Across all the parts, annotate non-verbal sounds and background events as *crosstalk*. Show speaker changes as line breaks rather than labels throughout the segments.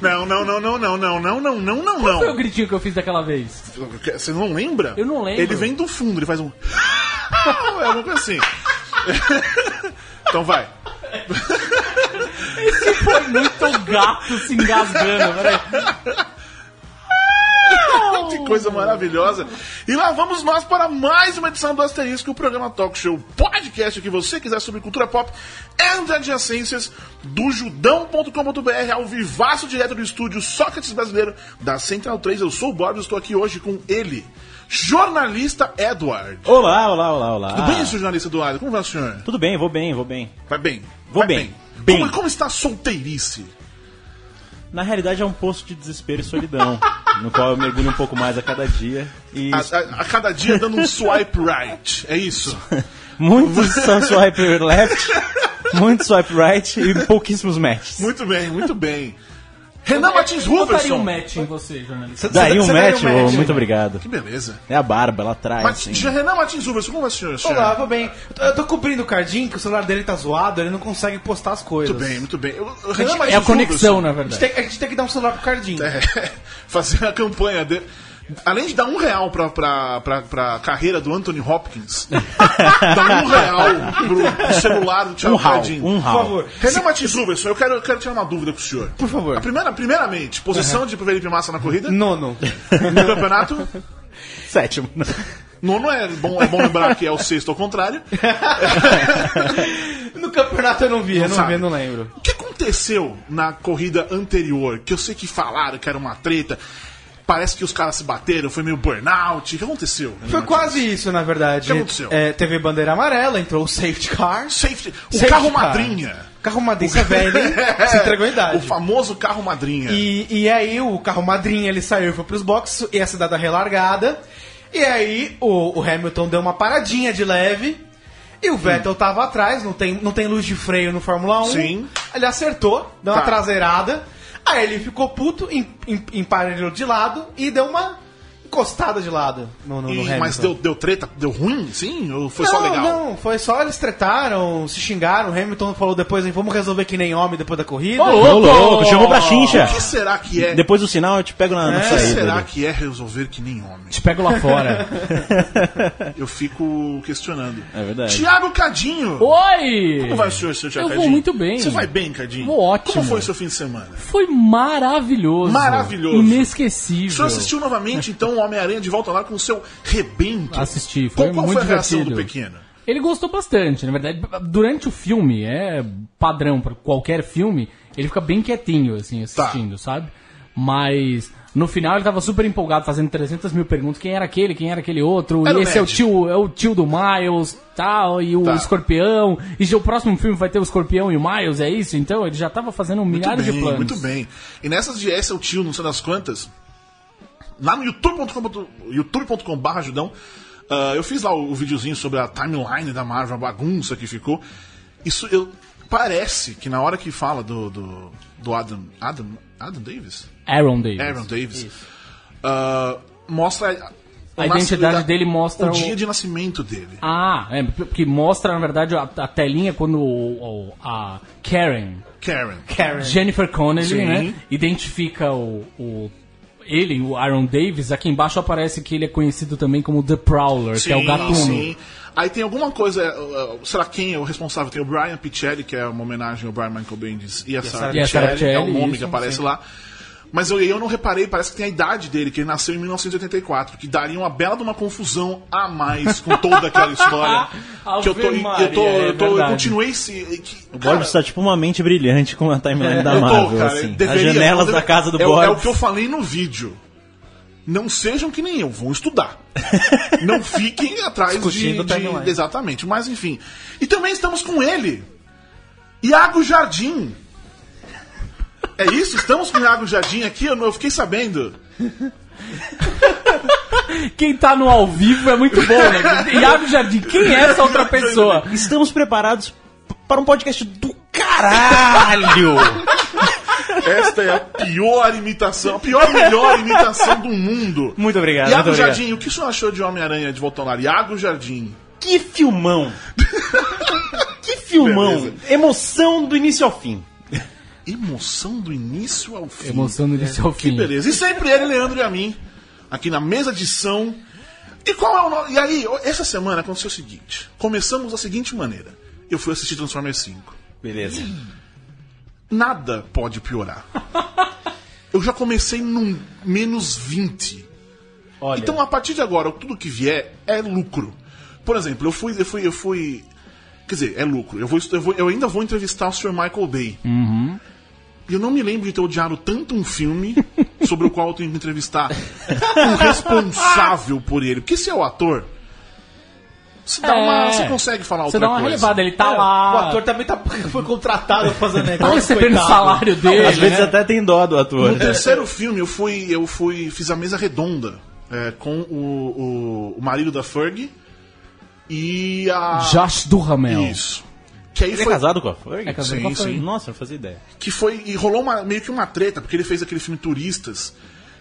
não, não, não, não, não, não, não, não, não, não,
*laughs*
Qual foi o
não.
gritinho que eu fiz daquela vez?
Você não lembra?
assim? Eu não lembro.
Ele vem do fundo, ele faz um. *laughs* é uma coisa assim. *laughs* então vai.
Esse foi muito gato se engasgando. peraí.
Que coisa maravilhosa. E lá vamos nós para mais uma edição do Asterisco, o programa Talk Show Podcast, o que você quiser sobre cultura pop e adjacências do judão.com.br, ao vivaço direto do estúdio Sócrates Brasileiro da Central 3. Eu sou o Bob e estou aqui hoje com ele, jornalista Edward.
Olá, olá, olá, olá.
Tudo bem, seu jornalista Eduardo? Como vai o senhor?
Tudo bem, vou bem, vou bem.
Vai bem.
Vou
Vai
bem. Bem.
Como, como está a solteirice?
Na realidade é um poço de desespero e solidão, *laughs* no qual eu mergulho um pouco mais a cada dia. E
A, a- a cada dia dando um swipe right. É
*laughs*
isso?
muitos são swipe left, muitos swipe right e pouquíssimos matches.
Muito bem, muito bem. Renan Martins Ruberson.
Botaria um match em você, jornalista.
Daí um
Você daria
match,
um match?
ô, muito obrigado.
Que beleza.
É a barba, ela traz,
Mas,
assim.
de Renan Martins Ruberson, como vai, senhor? senhor?
Olá, vou bem. Eu tô cobrindo o Cardim, que o celular dele tá zoado, ele não consegue postar as coisas.
Muito bem, muito bem. Eu- eu- Renan
É a
Martins
conexão,
Ruberson,
na
A gente,
verdade.
tem, a gente tem que dar um celular pro Cardim.
*laughs* é, fazer a campanha dele. Além de dar um real pra, pra, pra, pra carreira do Anthony Hopkins, *laughs* dá um real pro, pro celular do Thiago
Um hall,
Jardim.
um
Por
hall.
favor.
Renan Martins Ruberson, eu quero, eu quero tirar uma dúvida com o senhor.
Por favor.
A primeira, primeiramente, posição de Felipe Massa na corrida, *laughs*
Nono.
no campeonato.
Sétimo.
Nono é bom, é bom lembrar que é o sexto ao contrário.
No campeonato eu não vi, eu não
sabe.
vi, eu não lembro.
O que aconteceu na corrida anterior? Que eu sei que falaram que era uma treta. Parece que os caras se bateram, foi meio burnout. O que aconteceu?
Foi quase isso, na verdade.
O que aconteceu?
É, teve bandeira amarela, entrou o safety car.
Safety- o
Safety
carro
car.
madrinha.
Carro madrinha, você é
*laughs*
velho, hein? Se entregou a idade.
O famoso carro madrinha.
E, e aí o carro madrinha ele saiu e foi pros boxes e a cidade tá relargada. E aí o, o Hamilton deu uma paradinha de leve. E o Vettel tava atrás, não tem, não tem luz de freio no Fórmula 1.
Sim.
Ele acertou, deu uma
Tá.
traseirada. Aí ele ficou puto, em- em- emparelhou de lado e deu uma encostada de lado no, no, no
E-
Hamilton.
mas deu, deu treta? Deu ruim? Sim? Ou foi
não,
só legal?
Não, foi só eles tretaram, se xingaram. O Hamilton falou depois, hein, vamos resolver que nem homem depois da corrida.
Ô,
Ô, louco, chamou pra chincha.
O que será que é?
Depois do sinal eu te pego na, na
O que
saída.
será
ali.
que é resolver que nem homem?
Te pego lá fora. É.
Eu fico questionando.
É verdade.
Tiago Cadinho.
*laughs* Oi!
Como vai o senhor, seu Tiago
Eu vou
Cadinho?
muito bem.
Você vai bem, Cadinho?
Vou ótimo.
Como foi o seu fim de semana?
Foi maravilhoso.
Maravilhoso.
Inesquecível.
O senhor assistiu novamente, então, o Homem-Aranha de Volta lá com o seu rebento?
Assisti, foi
Qual, qual
muito
foi a reação do
divertido.
pequeno?
Ele gostou bastante, na verdade. Durante o filme, é padrão para qualquer filme, ele fica bem quietinho,
Tá.
assim, assistindo, sabe? Mas no final ele tava super empolgado, fazendo 300 mil perguntas: quem era aquele, quem era aquele outro,
Era
e
o
esse é o
Ned.
tio, é o tio do Miles, tal, e o
Tá.
escorpião, e já o próximo filme vai ter o escorpião e o Miles, é isso? Então ele já tava fazendo milhares
muito
de
bem,
planos.
muito bem. E nessas de essa é o tio, não sei das quantas, lá no youtube.com.br, youtube.com.br Judão, ah, eu fiz lá o, o videozinho sobre a timeline da Marvel, a bagunça que ficou. Isso, eu... Parece que na hora que fala do, do, do Adam... Adam... Adam Davis?
Aaron Davis.
Aaron Davis. Ah, mostra
A
o
identidade
nascimento-
dele mostra
o
o-
dia de nascimento dele.
Ah, é, porque mostra, na verdade, a, a telinha quando o- o- a Karen,
Karen.
Karen.
Jennifer Connelly,
Sim.
né? Identifica o, o- ele, o Aaron Davis. Aqui embaixo aparece que ele é conhecido também como The Prowler, que é o gatuno.
Aí tem alguma coisa, uh, uh, será quem é o responsável? Tem o Brian Pichelli, que é uma homenagem ao Brian Michael Bendis, e a Sarah
E a Sarah
Pichelli, que é o
Pichelli,
nome que
isso,
aparece
sim.
lá. Mas eu, eu não reparei, parece que tem a idade dele, que ele nasceu em 1984, que daria uma bela de uma confusão a mais com toda
*laughs*
aquela história. que eu tô,
Ave
eu tô,
Maria, é
eu tô- eu
verdade.
continuei se. que-
O Bob
cara, É,
está tipo uma mente brilhante com a timeline da
Eu tô,
Marvel,
cara,
assim.
deveria-
As janelas
deve-
da casa do
é, o-
Bob.
É o que eu falei no vídeo. Não sejam que nem eu, vão
*laughs*
estudar. Não fiquem atrás de,
Discutindo
de-
timeline.
Exatamente, mas enfim. E também estamos com ele, Iago Jardim. É isso? Estamos com o Iago Jardim aqui? Eu, não- eu fiquei sabendo.
Quem tá no ao vivo é muito bom, né? *laughs* Iago Jardim, quem é essa outra pessoa?
Estamos preparados p- para um podcast do caralho!
Esta é a pior imitação, a pior melhor imitação do mundo.
muito obrigado, muito
Iago
obrigado.
Jardim, o que o senhor achou de Homem-Aranha de Volta ao Lar? Iago Jardim.
Que filmão! que filmão!
Beleza.
Emoção do início ao fim.
Emoção do início ao fim.
Emoção do início ao
Que
fim.
beleza. E sempre ele, Leandro e a mim, aqui na mesa de São. E qual é o no... E aí, essa semana aconteceu o seguinte. Começamos da seguinte maneira. Eu fui assistir Transformers 5.
Beleza.
Nada pode
*laughs*
piorar. Eu já comecei num menos 20.
Olha,
Então, a partir de agora, tudo que vier é lucro. Por exemplo, eu fui. Eu fui, eu fui quer dizer, é lucro. Eu, vou, eu, vou- eu ainda vou entrevistar o Sr. Michael Bay.
Uhum.
E eu não me lembro de ter odiado tanto um
*laughs*
filme sobre o qual eu tenho que entrevistar o responsável por ele. Porque se é o ator. Você, dá uma,
É.
você consegue falar
Você
outra
dá uma
coisa.
relevada, ele tá
É,
lá.
O ator também tá, *laughs* foi contratado pra fazer negócio.
tá recebendo o
coitado.
salário dele.
às vezes
né?
até tem dó do ator.
No terceiro filme, eu fui, eu fui, fiz a mesa redonda é, com o, o, o marido da Ferg e a.
Josh Duhamel.
é Isso. Que aí
Ele é
foi,
casado com a Ferg?
É casado
Sim,
com a Fergie.
sim.
Nossa, não fazia ideia.
que foi e rolou uma- meio que uma treta porque ele fez aquele filme Turistas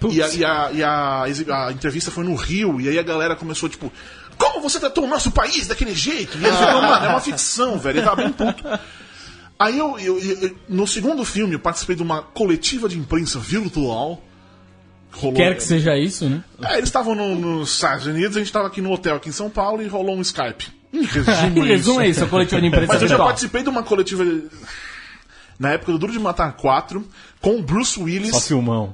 e, a, e, a, e a exi- a entrevista foi no Rio e aí a galera começou tipo como você tratou o nosso país daquele jeito
*laughs*
e ele falou, mano é uma ficção velho ele tava bem puto aí eu, eu- eu- eu- no segundo filme eu participei de uma coletiva de imprensa virtual rolou
Quer que seja isso, né?
É, eles estavam no- nos Estados Unidos a gente tava aqui no hotel aqui em São Paulo e rolou um Skype em
*laughs*
resumo,
Em resumo é isso,
*laughs*
a coletiva de imprensa
mas eu já
virtual.
participei de uma coletiva na época do Duro de Matar 4 com o Bruce Willis
Só filmão.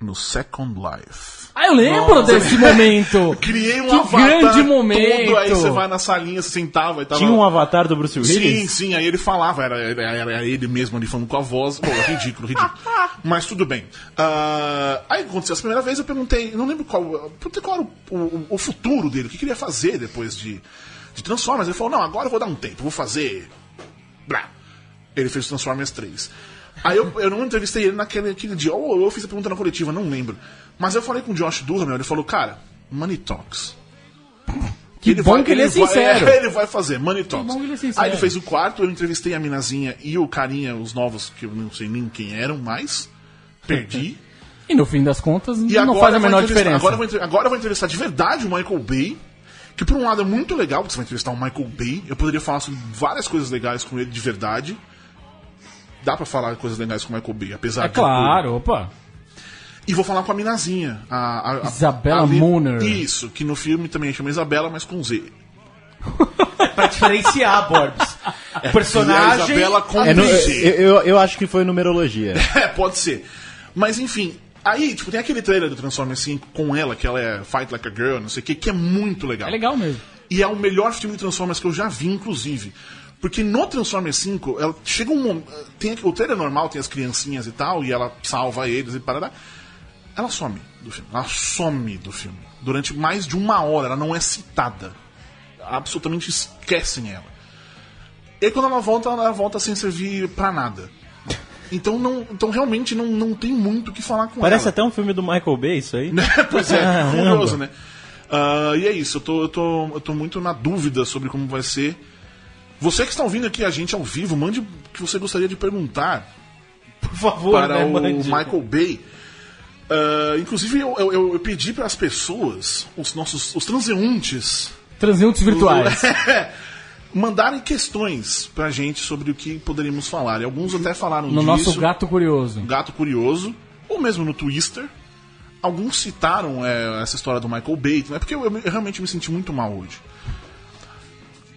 no Second Life.
Ah, eu lembro desse momento.
*laughs* Criei um
Que
avatar
grande
todo,
momento.
aí você vai na salinha, você sentava e tava...
Tinha um avatar do Bruce
Tá Sim,
Willis?
sim, aí ele falava, era, era, era ele mesmo ali falando com a voz. Pô, é ridículo, *laughs* ridículo. Mas tudo bem. Ah, aí aconteceu, a primeira vez eu perguntei, não lembro qual, puta, qual era o, o- o futuro dele, o que que ele ia fazer depois de, de Transformers. Ele falou, não, agora eu vou dar um tempo, vou fazer. Blá. Ele fez Transformers 3. Aí eu, eu não entrevistei ele naquele aquele dia, ou eu fiz a pergunta na coletiva, não lembro. Mas eu falei com o Josh Durham, ele falou, cara, Money Talks.
Que bom que ele é
vai-
sincero.
ele vai fazer, Money Talks.
bom que ele é sincero.
Aí ele fez o quarto, eu entrevistei a Minazinha e o carinha, os novos, que eu não sei nem quem eram mais. Perdi.
E no fim das contas,
E
não
agora
faz a
eu vou
menor
entrevistar-
diferença.
Agora eu, vou, entre- agora eu vou entrevistar de verdade o Michael Bay, que por um lado é muito legal, porque você vai entrevistar o Michael Bay. Eu poderia falar sobre várias coisas legais com ele de verdade. Dá pra falar coisas legais com o Michael Bay, apesar
É
de
claro, opa.
e vou falar com a Minazinha. A, a- a-
Isabella
a Li-
Mooner.
Isso, que no filme também chama Isabela, mas com Z.
Pra diferenciar, *laughs* Borbs.
E a
Personagem.
Isabela com
É,
É no-
Z.
eu, eu, eu acho que foi numerologia.
É, pode ser. Mas enfim, aí, tipo, tem aquele trailer do Transformers 5 com ela, que ela é Fight Like a Girl, não sei o que, que é muito legal.
É legal mesmo.
E é o melhor filme de Transformers que eu já vi, inclusive. Porque no Transformers 5, ela chega um momento. Tem, o trailer é normal tem as criancinhas e tal, e ela salva eles e parará. Ela some do filme. Ela some do filme. Durante mais de uma hora, ela não é citada. Absolutamente esquecem ela. E quando ela volta, ela volta sem servir pra nada. Então, não, então realmente não, não tem muito o que falar com
Parece
ela.
até um filme do Michael Bay, isso aí.
Né? *laughs* pois é,
Caramba.
curioso, né? Ah, e é isso, eu tô, eu, tô, eu tô muito na dúvida sobre como vai ser. Você que está ouvindo aqui a gente ao vivo, mande o que você gostaria de perguntar
Por favor,
para
né,
o
mande.
Michael Bay. Ah, inclusive, eu, eu- eu- eu pedi para as pessoas, os nossos os transeuntes,
Transeuntes virtuais.
*laughs* mandarem questões pra gente sobre o que poderíamos falar. E alguns até falaram
No
é disso.
nosso gato
*laughs*
curioso.
Gato Curioso, ou mesmo no Twister. Alguns citaram é, essa história do Michael Baton, é porque eu, eu realmente me senti muito mal hoje.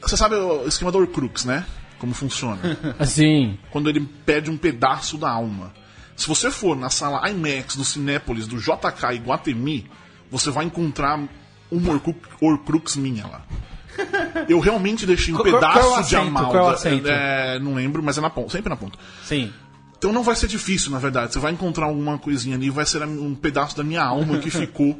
Você sabe o esquema do Horcrux, né? Como funciona.
Assim.
Quando ele perde um pedaço da alma. Se você for na sala IMAX do Cinépolis, do JK e Guatemi, você vai encontrar um Horcru- Horcrux minha
*laughs*
lá. Eu realmente deixei um
Qual- qual- qual é o
pedaço de
acento?
Amalda.
Qual é o acento?
É, não lembro, mas é na ponta, sempre na ponta.
Sim.
Então não vai ser difícil, na verdade. Você vai encontrar alguma coisinha ali, vai ser um pedaço da minha alma
*laughs*
que ficou.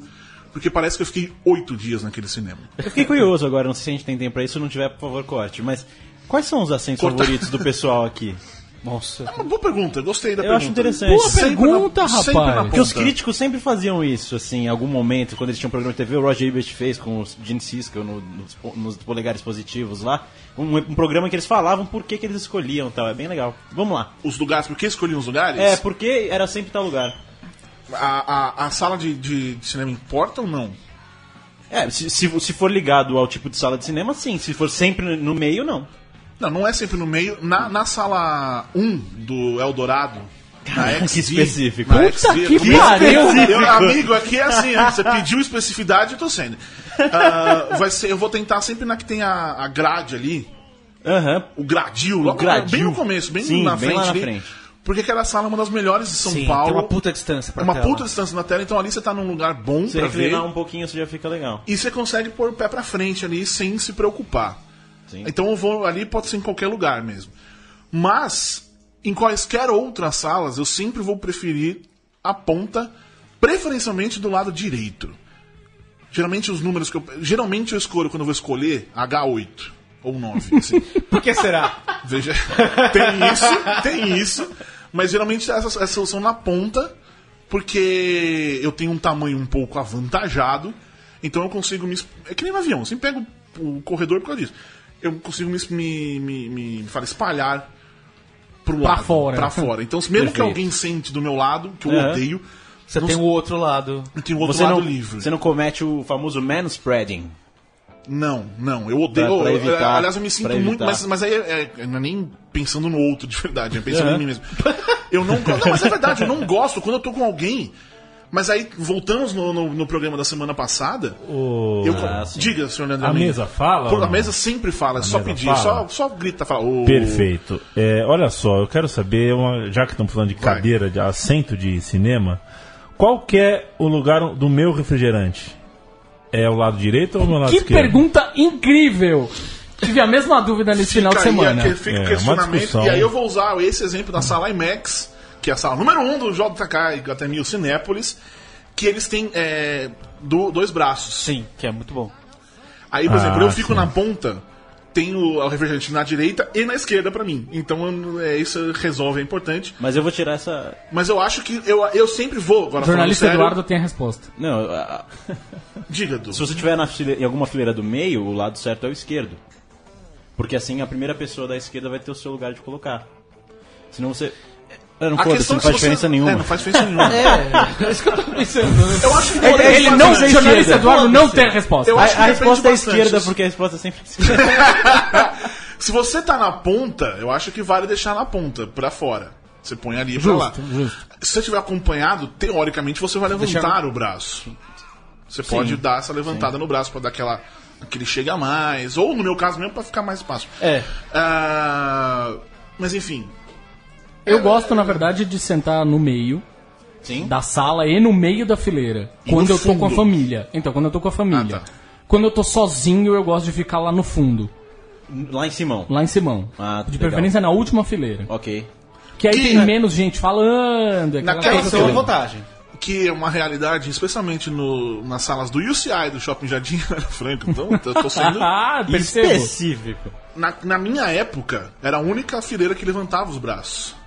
Porque parece que eu fiquei oito dias naquele cinema.
Eu fiquei curioso agora, não sei se a gente tem tempo pra isso, se não tiver, por favor, corte. Mas quais são os assentos
Corta.
favoritos do pessoal aqui? Nossa.
É uma boa pergunta, gostei da
Eu
pergunta.
acho interessante. Boa
pergunta,
sempre
rapaz.
na
Porque
Porque os
ponta.
críticos sempre faziam isso, assim, em algum momento, quando eles tinham um programa de TV, o Roger Ebert fez com o Gene Siskel no- nos, po- nos polegares positivos lá, um, um programa que eles falavam por que, que eles escolhiam e tal, é bem legal. Vamos lá.
Os lugares, por que escolhi os lugares?
É, porque era sempre tal lugar.
A, a, a sala de, de- de cinema importa ou não?
É, se, se, se for ligado ao tipo de sala de cinema, sim. Se for sempre no meio, não.
Não, não é sempre no meio. Na, na sala 1 do Eldorado. Na XV,
específico.
na
Puta
XV,
que
no meio-
pariu!
Eu, amigo, aqui é assim, você pediu especificidade, eu tô sendo. Ah, vai ser, eu vou tentar sempre na que tem a, a grade ali,
Aham.
o gradil, logo
gradil.
bem no começo, bem
Sim,
na
bem
frente.
lá na
ali,
frente.
Porque aquela sala é uma das melhores de São
Sim,
Paulo.
tem É uma puta distância pra
uma
tela.
puta distância na tela, então ali você tá num lugar bom
Se
pra ver.
reclinar um pouquinho, isso já fica legal.
E você consegue pôr o pé pra frente ali sem se preocupar.
Sim.
Então eu vou ali, pode ser em qualquer lugar mesmo. Mas, em quaisquer outras salas, eu sempre vou preferir a ponta, preferencialmente do lado direito. Geralmente os números que eu. Geralmente eu escolho quando eu vou escolher H8 ou 9. assim.
Por que será?
Veja, *laughs* tem isso, tem isso, mas geralmente essas, essas são na ponta, porque eu tenho um tamanho um pouco avantajado, então eu consigo me. es- É que nem no avião, assim, pego o corredor por causa disso. Eu consigo me, es- me, me, me fala, espalhar pro lado.
fora.
Pra fora. Então, mesmo que
Perfeito.
alguém sente do meu lado, que eu
Aham.
odeio,
Você
não-
tem o outro lado.
eu tenho o outro
Você
lado
não,
livre.
você não comete o famoso man spreading.
Não, não, eu odeio.
Pra- pra
eu- eu-
evitar,
aliás, eu me sinto
pra
muito.
evitar.
Mas, mas aí é, é, não é nem pensando no outro de verdade, é pensando
Aham.
em mim mesmo. Eu não gosto. Não, mas é verdade, eu não gosto quando eu tô com alguém. Mas aí, voltamos no, no, no programa da semana passada. eu,
Ah, sim.
diga, senhor Leandro.
A
Amin.
mesa fala ou
Por, a
não?
mesa sempre fala, é só
mesa
pedir,
fala?
só, só grita, fala. "Ô".
Perfeito. É, olha só, eu quero saber, é uma- já que estamos falando de
Vai.
cadeira, de assento de cinema, qual que é o lugar do meu refrigerante? É o lado direito ou o meu lado
Que
esquerdo?
pergunta incrível! Tive a mesma dúvida nesse final de
Fica aí,
semana. né?"
aqui, fica o
É, uma
questionamento.
discussão.
E aí eu vou usar esse exemplo da sala IMAX, que é a sala número 1 um do JK e até mil Cinépolis, que eles têm é, do- dois braços.
Sim, que é muito bom.
Aí, por
Ah,
exemplo, eu fico
sim.
na ponta, tenho o refrigerante na direita e na esquerda pra mim. Então eu- é, isso resolve, é importante.
Mas eu vou tirar essa.
Mas eu acho que eu, eu sempre vou. Agora,
O jornalista
Tá falando sério,
Eduardo tem
*laughs*
a resposta.
Não, a- *laughs* a-
Diga, Edu.
se você tiver na file- em alguma fileira do meio, o lado certo é o esquerdo. Porque assim a primeira pessoa da esquerda vai ter o seu lugar de colocar. Senão você. Ah, não,
A
foda-se,
questão
não
é
faz
se você-
diferença nenhuma.
É, não faz diferença nenhuma.
É isso que eu tô pensando. né?
Eu acho que
Ele,
poderia
ele
fazer
não,
isso.
o jornalista
esquerda.
Eduardo não tem a resposta.
Eu
A,
acho que
a
depende
resposta é
bastante
esquerda,
isso.
porque a resposta é sempre *laughs* esquerda.
*laughs* Se você tá na ponta, eu acho que vale deixar na ponta, pra fora. Você põe ali pra lá. Se você tiver acompanhado, teoricamente você vai levantar o braço. Você pode dar essa levantada no braço pra dar aquela. aquele chega mais. Ou no meu caso mesmo, pra ficar mais fácil.
É.
Ah, mas enfim.
Eu gosto, na verdade, de sentar no meio
Sim.
da sala e no meio da fileira.
E
quando
no
eu tô com a
fundo.
família. Então, quando eu tô com a família.
Ah, tá.
Quando eu tô sozinho, eu gosto de ficar lá no fundo,
Lá em Simão.
lá em Simão.
Ah,
de
legal.
preferência na última fileira.
Ok.
Que aí
Que-
tem menos gente falando. aquela
Naquela
coisa
Essa é uma
toda.
vantagem.
Que é uma realidade, especialmente no, nas salas do UCI, do Shopping Jardim *laughs* Franco. Então, eu tô
*laughs*
sendo.
Ah, percebo.
Específico.
na, na minha época, era a única fileira que levantava os braços.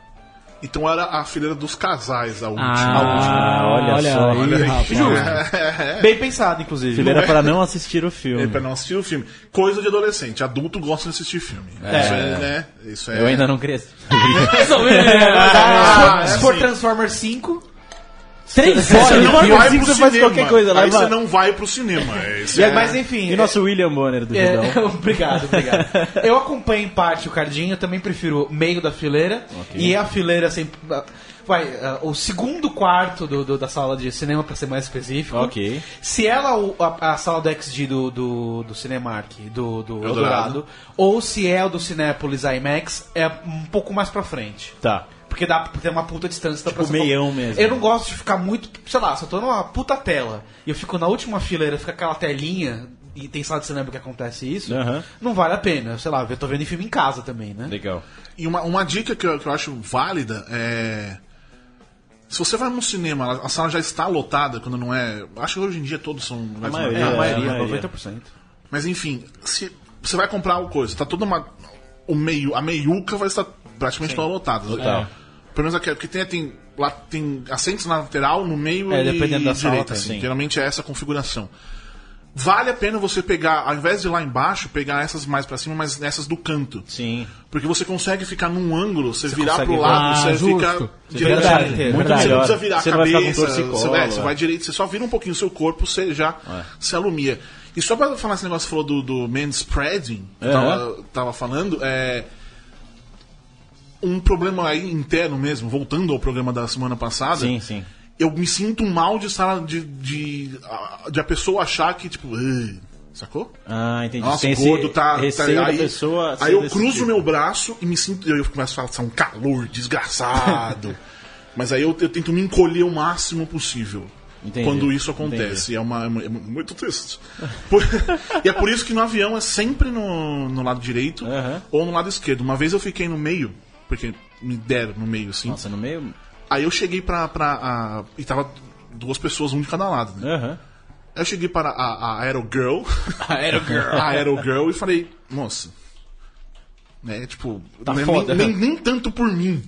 Então era a fileira dos casais, a última.
Ah, olha, só. Aí,
*laughs*
rapaz.
Bem pensado, inclusive.
Fileira para é não assistir o filme.
É pra não assistir o filme. Coisa de adolescente. Adulto gosta de assistir filme. Isso é, né? Isso é.
Eu ainda não *laughs* cresci.
Mais ou menos.
Ah, é
É Se for
assim.
Transformers 5,
Três
Você
horas de
não
filme.
vai
assim
pro
você faz
cinema.
qualquer coisa,
Aí
leva-
você não vai pro cinema. Esse
E
é-
aí, mas enfim.
E nosso William Bonner do
é-
Judão.
é, *laughs* obrigado, obrigado. Eu acompanho em parte o Cardinho, eu também prefiro o meio da fileira. E a fileira sempre. Vai, ah, o segundo quarto do, do- da sala de cinema, pra ser mais específico.
Ok.
Se ela, o- a, a sala do XD do, do, do Cinemark, do, do
Eldorado.
Eldorado, ou se é o do Cinépolis IMAX, é um pouco mais pra frente.
Tá.
Porque dá pra ter uma puta distância. dá pra
Tipo,
você-
meião mesmo.
Eu não gosto de ficar muito... Sei lá, se eu tô numa puta tela e eu fico na última fileira, fica aquela telinha, e tem sala de cinema que acontece isso,
Aham.
não vale a pena. Sei lá, eu tô vendo filme em casa também, né?
Legal.
E uma, uma dica que eu, que eu acho válida é. Se você vai num cinema, a sala já está lotada quando não é. Acho que hoje em dia todos são. mais uma-
maioria,
é,
é.
a maioria.
a maioria.
90%.
Mas enfim, se você vai comprar alguma coisa, tá toda uma. O meio, a meiuca vai estar praticamente toda lotada. É.
Total.
Pelo menos aqui, porque tem, tem, lá tem assentos na lateral, no meio
É,
e
dependendo da sala,
direita.
tem,
assim.
sim.
Geralmente é essa a configuração. Vale a pena você pegar, ao invés de ir lá embaixo, pegar essas mais pra cima, mas essas do canto.
Sim.
Porque você consegue ficar num ângulo, você, virar
consegue
pro lado,
Ah,
você
justo.
fica
Você
direito.
verdade,
você
verdade.
não
Verdade.
precisa virar
Você
a
não vai ficar com
cabeça, você,
torcicolo,
é, você
é.
É. vai direito, você só vira um pouquinho o seu corpo, você já se alumia. E só pra falar esse negócio que falou do, do manspreading, que eu tava, tava falando, é. Um problema aí interno mesmo, voltando ao programa da semana passada.
Sim, sim.
Eu me sinto mal de estar. de, de, a- de a pessoa achar que, tipo. "Ugh", Sacou?
Ah, entendi.
Nossa, o
Tem esse
gordo tá. tá
receio da
aí
pessoa ser
aí eu
desse
cruzo
tipo.
meu braço e me sinto. Eu começo a passar um calor
*laughs*
desgraçado. Mas aí eu, eu tento me encolher o máximo possível.
Entendi,
Quando isso acontece. É, uma, é mu- é muito triste. Por- *laughs* e é por isso que no avião é sempre no, no lado direito
Aham.
ou no lado esquerdo. Uma vez eu fiquei no meio, porque me deram no meio assim.
Nossa, no meio.
Aí eu cheguei pra. pra a- e tava duas pessoas, um de cada lado. Né?
Aham.
Aí eu cheguei para a, a Aero
*laughs*
Girl.
Aerogirl.
a Aero Girl e falei, moça, né, tipo,
Tá
nem,
foda. É.
nem- nem tanto por mim.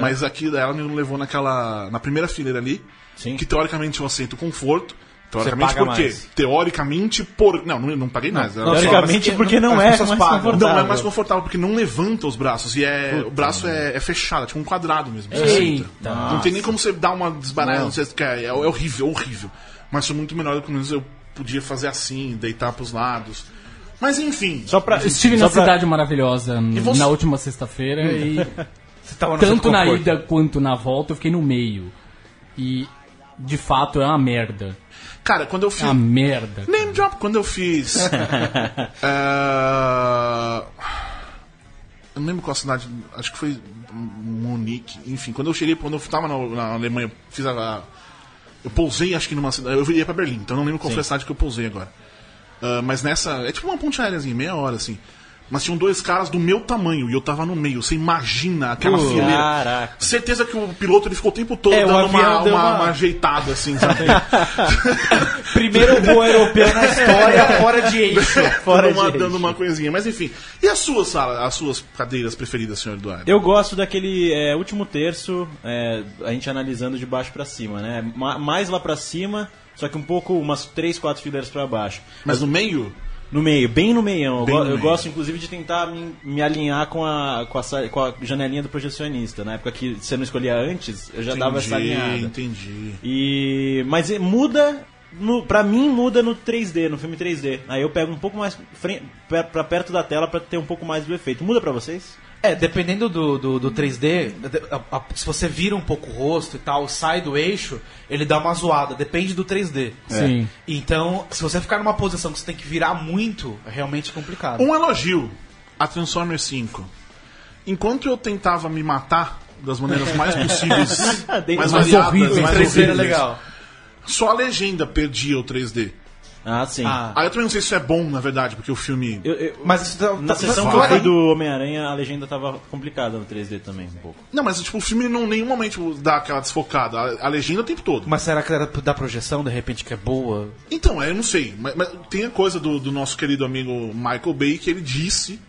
Mas aqui ela me levou naquela. na primeira fileira ali,
Sim.
que teoricamente eu aceito conforto. Teoricamente
Você paga
por quê?
mais.
Teoricamente por. Não, não, não paguei mais. Ela-
Teoricamente,
mas-
porque
as
não é mais
pessoas pagam.
confortável.
não, é mais confortável, porque não levanta os braços. E é. o braço
né?
é, é fechado, é tipo um quadrado mesmo. Você
Eita.
senta. Não tem nem como você dar uma desbaralhada, não sei se quer. É, é horrível, é horrível. Mas foi muito melhor do que pelo menos eu podia fazer assim, deitar pros lados. Mas enfim.
Só pra.
Estive
só
na
pra-
Cidade Maravilhosa hum,
você-
na última sexta-feira e
Você
tá
tava no
tanto
seu
na
conforto.
ida quanto na volta eu fiquei no meio. E de fato é uma merda.
Cara, quando eu fiz.
É
Ah,
uma merda.
Name drop, quando eu
*laughs*
fiz. é, eh, Eu não lembro qual cidade, acho que foi Munique, enfim. Quando eu cheguei, quando eu tava na, na Alemanha, fiz a, a- Eu pousei, acho que numa cidade. Eu ia pra Berlim, então eu não lembro qual foi a cidade que eu pousei agora. Ah, mas nessa. É tipo uma ponte aérea, assim, meia hora, assim. Mas tinham dois caras do meu tamanho e eu tava no meio. Você imagina aquela
Uh,
fileira.
caraca.
Certeza que o piloto ele ficou o tempo todo
É, o
dando uma,
avião deu
uma-
uma-
uma ajeitada, assim,
*laughs*
sabe?
Primeiro voo europeu *laughs* na história fora de eixo. *laughs* Fora
dando, uma,
de
dando
eixo.
uma coisinha. Mas enfim. E as suas salas, as suas cadeiras preferidas, senhor Eduardo?
Eu gosto daquele é, último terço, é, a gente analisando de baixo pra cima, né? Ma- mais lá pra cima, só que um pouco, umas três, quatro fileiras pra baixo.
Mas no meio?
No meio, bem no meião. Eu
Bem
go-
no
eu
meio.
gosto, inclusive, de tentar me, me alinhar com a, com, a, sa- com a janelinha do projecionista. Na época que você não escolhia antes, eu já dava essa alinhada.
entendi.
E mas e- muda no para mim muda no 3D, no filme 3D. Aí eu pego um pouco mais fre- pe- pra perto da tela pra ter um pouco mais do efeito. Muda pra vocês?
É, dependendo do, do, do 3D, a- a- se você vira um pouco o rosto e tal, sai do eixo, ele dá uma zoada. Depende do 3D.
É.
Sim.
Então, se você ficar numa posição que você tem que virar muito, é realmente complicado.
Um elogio a Transformers 5. Enquanto eu tentava me matar das maneiras
*laughs*
mais possíveis,
Dentro
mais
mais
variadas,
um
horríveis,
mais
3D era
horríveis,
legal.
Só a legenda perdia o 3D.
Ah, sim.
Ah.
Aí eu também não sei se isso é bom, na verdade, porque o filme.
Eu- eu-
Mas isso tá, tá-
na sessão que
mas-
eu fui do Homem-Aranha, a legenda tava complicada no 3D também, um pouco.
Não, mas tipo, o filme não em nenhum momento tipo, dá aquela desfocada. A, a legenda o tempo todo.
Mas será que era da projeção, de repente, que é boa?
Então, é, eu não sei. Mas, mas tem a coisa do, do nosso querido amigo Michael Bay que ele disse.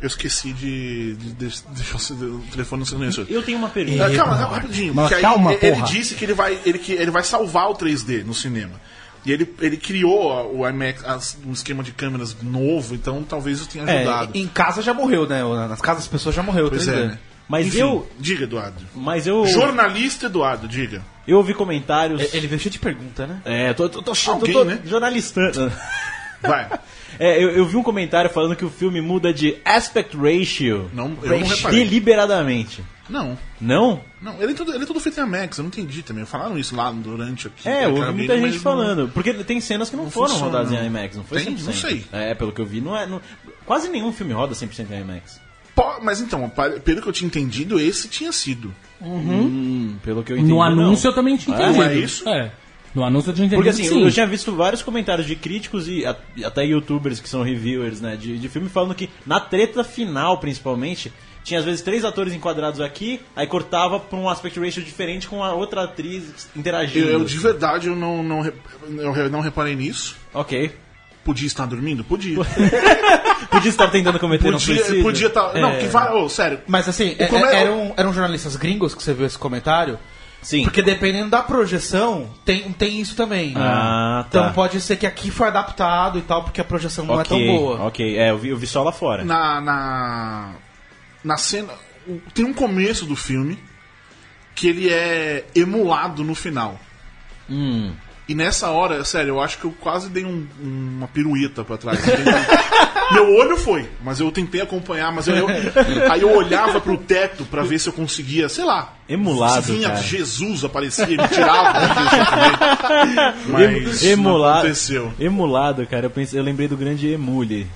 Eu esqueci de. de, de *laughs* deixa eu- o telefone não se conheceu.
Eu tenho uma
Ah,
pergunta.
Calma, calma, rapidinho.
Mas
porque aí
calma,
ele- ele
porra.
disse que ele vai, ele, que ele vai salvar o 3D no cinema. E ele, ele criou a- o IMAX, as- um esquema de câmeras novo, então talvez isso tenha
É,
ajudado.
em casa já morreu, né? Nas casas das pessoas já morreu o
pois
3D.
é. né?
Mas
Enfim,
eu-
Diga, Eduardo.
Mas eu
Jornalista Eduardo, diga.
eu ouvi comentários.
Ele veio cheio de pergunta, né?
É, tô tô, tô, tô,
Alguém,
tô-
né?
jornalistando.
Vai.
É, eu, eu vi um comentário falando que o filme muda de aspect ratio
Não, eu não reparei.
deliberadamente.
Não.
Não?
Não, ele é tudo, ele é tudo feito em Amex, eu não entendi também. Falaram isso lá durante aqui.
É, eu
aquela
ouvi muita
mídia, mas
gente
não-
falando. Porque tem cenas que não,
não
foram
funciona,
rodadas
não.
em IMAX, não foi
Tem?
100%.
Não sei.
É, pelo que eu vi, não é. não- quase nenhum filme roda 100% em IMAX.
Pô, mas então, pa- pelo que eu tinha entendido, esse tinha sido.
Hum, pelo que eu entendi.
No anúncio
não.
eu também tinha
Ah,
entendido.
é isso?
É. No anúncio eu tinha entendido.
Porque assim,
sim.
eu tinha visto vários comentários de críticos e a- e até youtubers que são reviewers, né, de, de filme, falando que na treta final, principalmente, tinha às vezes três atores enquadrados aqui, aí cortava pra um aspect ratio diferente com a outra atriz
Eu,
interagindo.
eu, de verdade, eu não, não, re- eu re- não reparei nisso.
Ok.
Podia estar dormindo? Podia.
*laughs* Podia estar tentando cometer um
Podia,
suicídio.
podia estar. Não,
É.
porque vai. Ô, sério.
Mas assim, é-
como
é-
é-
eram, eram jornalistas gringos que você viu esse comentário?
Sim.
Porque dependendo da projeção, tem, tem isso também.
Ah, tá.
Então pode ser que aqui foi adaptado e tal, porque a projeção não é tão boa.
Ok, é, eu vi, eu vi só lá fora.
Na, na. Na cena. o- Tem um começo
Hum.
do filme que ele é emulado no final. E nessa hora, sério, eu acho que eu quase dei um- uma pirueta pra trás. Entendi. *laughs* Meu olho foi, mas eu tentei acompanhar, mas eu, eu- aí eu olhava pro teto pra ver se eu conseguia, sei lá.
Emulado,
Se vinha
cara.
Jesus aparecia e me tirava. mas não
emulado,
aconteceu.
Emulado, cara. Eu, pensei, eu lembrei do grande Emule.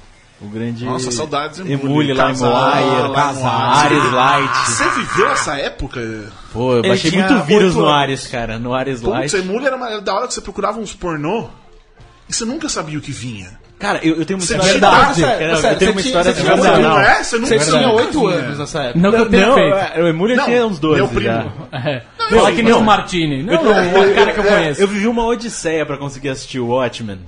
O grande.
Nossa, saudades de
Emule.
Emule.
Emule lá em
Casar, lá em
Moaia,
Moaia.
Casares Light.
Você viveu essa época?
Pô, eu
Ele
baixei
tinha
muito vírus
oito
no
anos.
Ares, cara. No Ares
Putz,
Light.
a Emule era, uma, era da hora que você procurava uns pornô e você nunca sabia o que vinha.
Cara, eu, eu tenho uma
Você
história.
digitava,
Cara,
sério,
eu tenho uma
você
história
tinha- você tinha
Você
sensacional.
não é? Você é.
Você
nunca
tinha
sabia o que
8
vinha.
anos nessa época.
Não que eu tenha
Não,
feito.
é, o Emule eu
Não,
tinha uns
meu
12
primo.
já.
É. Fala que nem o Martini. Não, não, o cara que eu conheço.
é, Eu vivi uma odisseia pra conseguir assistir o Watchmen.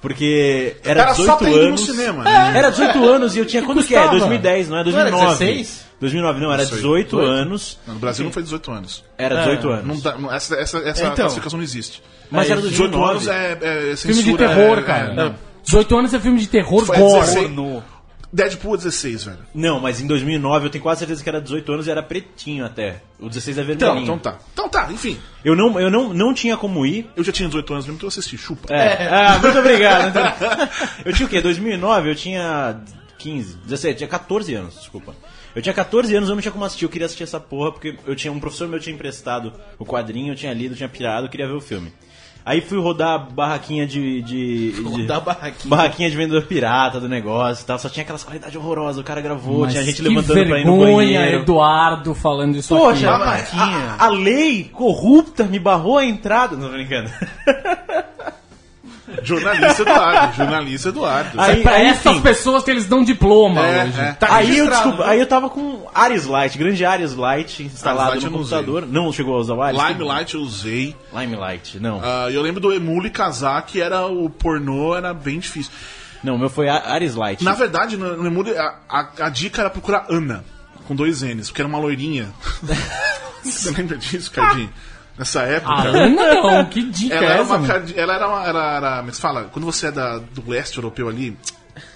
Porque era
cara só
18
tá indo no
anos.
cinema, né?
É, Era 18 anos e eu tinha. Quando que é?
custava?
2010, não é? 2009.
Não era 16?
2009, não, era
sei.
18 anos.
No Brasil não foi 18 anos.
Era 18 anos.
Não dá- não- essa essa, essa
Então.
classificação não existe.
Mas era
18
2009.
anos é, é
Filme
censura.
de terror,
é- é-
cara.
não.
18 anos é filme de terror
Foi
gore.
16. Deadpool é 16, velho.
Não, mas em 2009 eu tenho quase certeza que era 18 anos e era pretinho até. O 16 é
Então,
vermelhinho.
então tá. Então tá, enfim.
Eu, não, eu não, não tinha como ir.
Eu já tinha 18 anos mesmo, então eu assisti. Chupa.
É. Ah, muito obrigado. Então, eu tinha o quê? 2009 eu tinha 15, 17, tinha 14 anos, desculpa. Eu tinha 14 anos, eu não tinha como assistir. Eu queria assistir essa porra porque eu tinha um professor meu tinha emprestado o quadrinho, eu tinha lido, eu tinha pirado, eu queria ver o filme. Aí fui rodar a barraquinha de. de, de-
Rodar a barraquinha.
Barraquinha de vendedor pirata do negócio e tal. Só tinha aquelas qualidades horrorosas. O cara gravou,
Mas
tinha gente
que
levantando pra ir no
vergonha,
banheiro.
Eduardo falando isso
Poxa,
aqui.
mas a, a lei corrupta me barrou a entrada. Não, tô brincando.
Jornalista Eduardo. Jornalista Eduardo.
Aí-
É pra
aí,
essas
enfim.
pessoas que eles dão diploma
É,
hoje.
é.
aí, eu
registrado,
descobri- aí eu tava com Ares Light, grande Ares Light instalado
Ares Lite
no
eu não usei.
computador. Não chegou a usar o Ares?
Limelight eu usei.
Limelight, não.
Ah, E eu lembro do Emule casar, que era o pornô, era bem difícil.
Não, o meu foi a- Ares Light.
Na verdade, no, no Emule, a, a- a dica era procurar Ana, com dois N's, porque era uma loirinha. Você lembra disso, Cardinho? Nessa época.
Ah, não, não, que dica
Ela
é
era
essa?
uma.
mano?
card- Ela era uma. Era, era, mas fala, quando você é da, do leste europeu ali.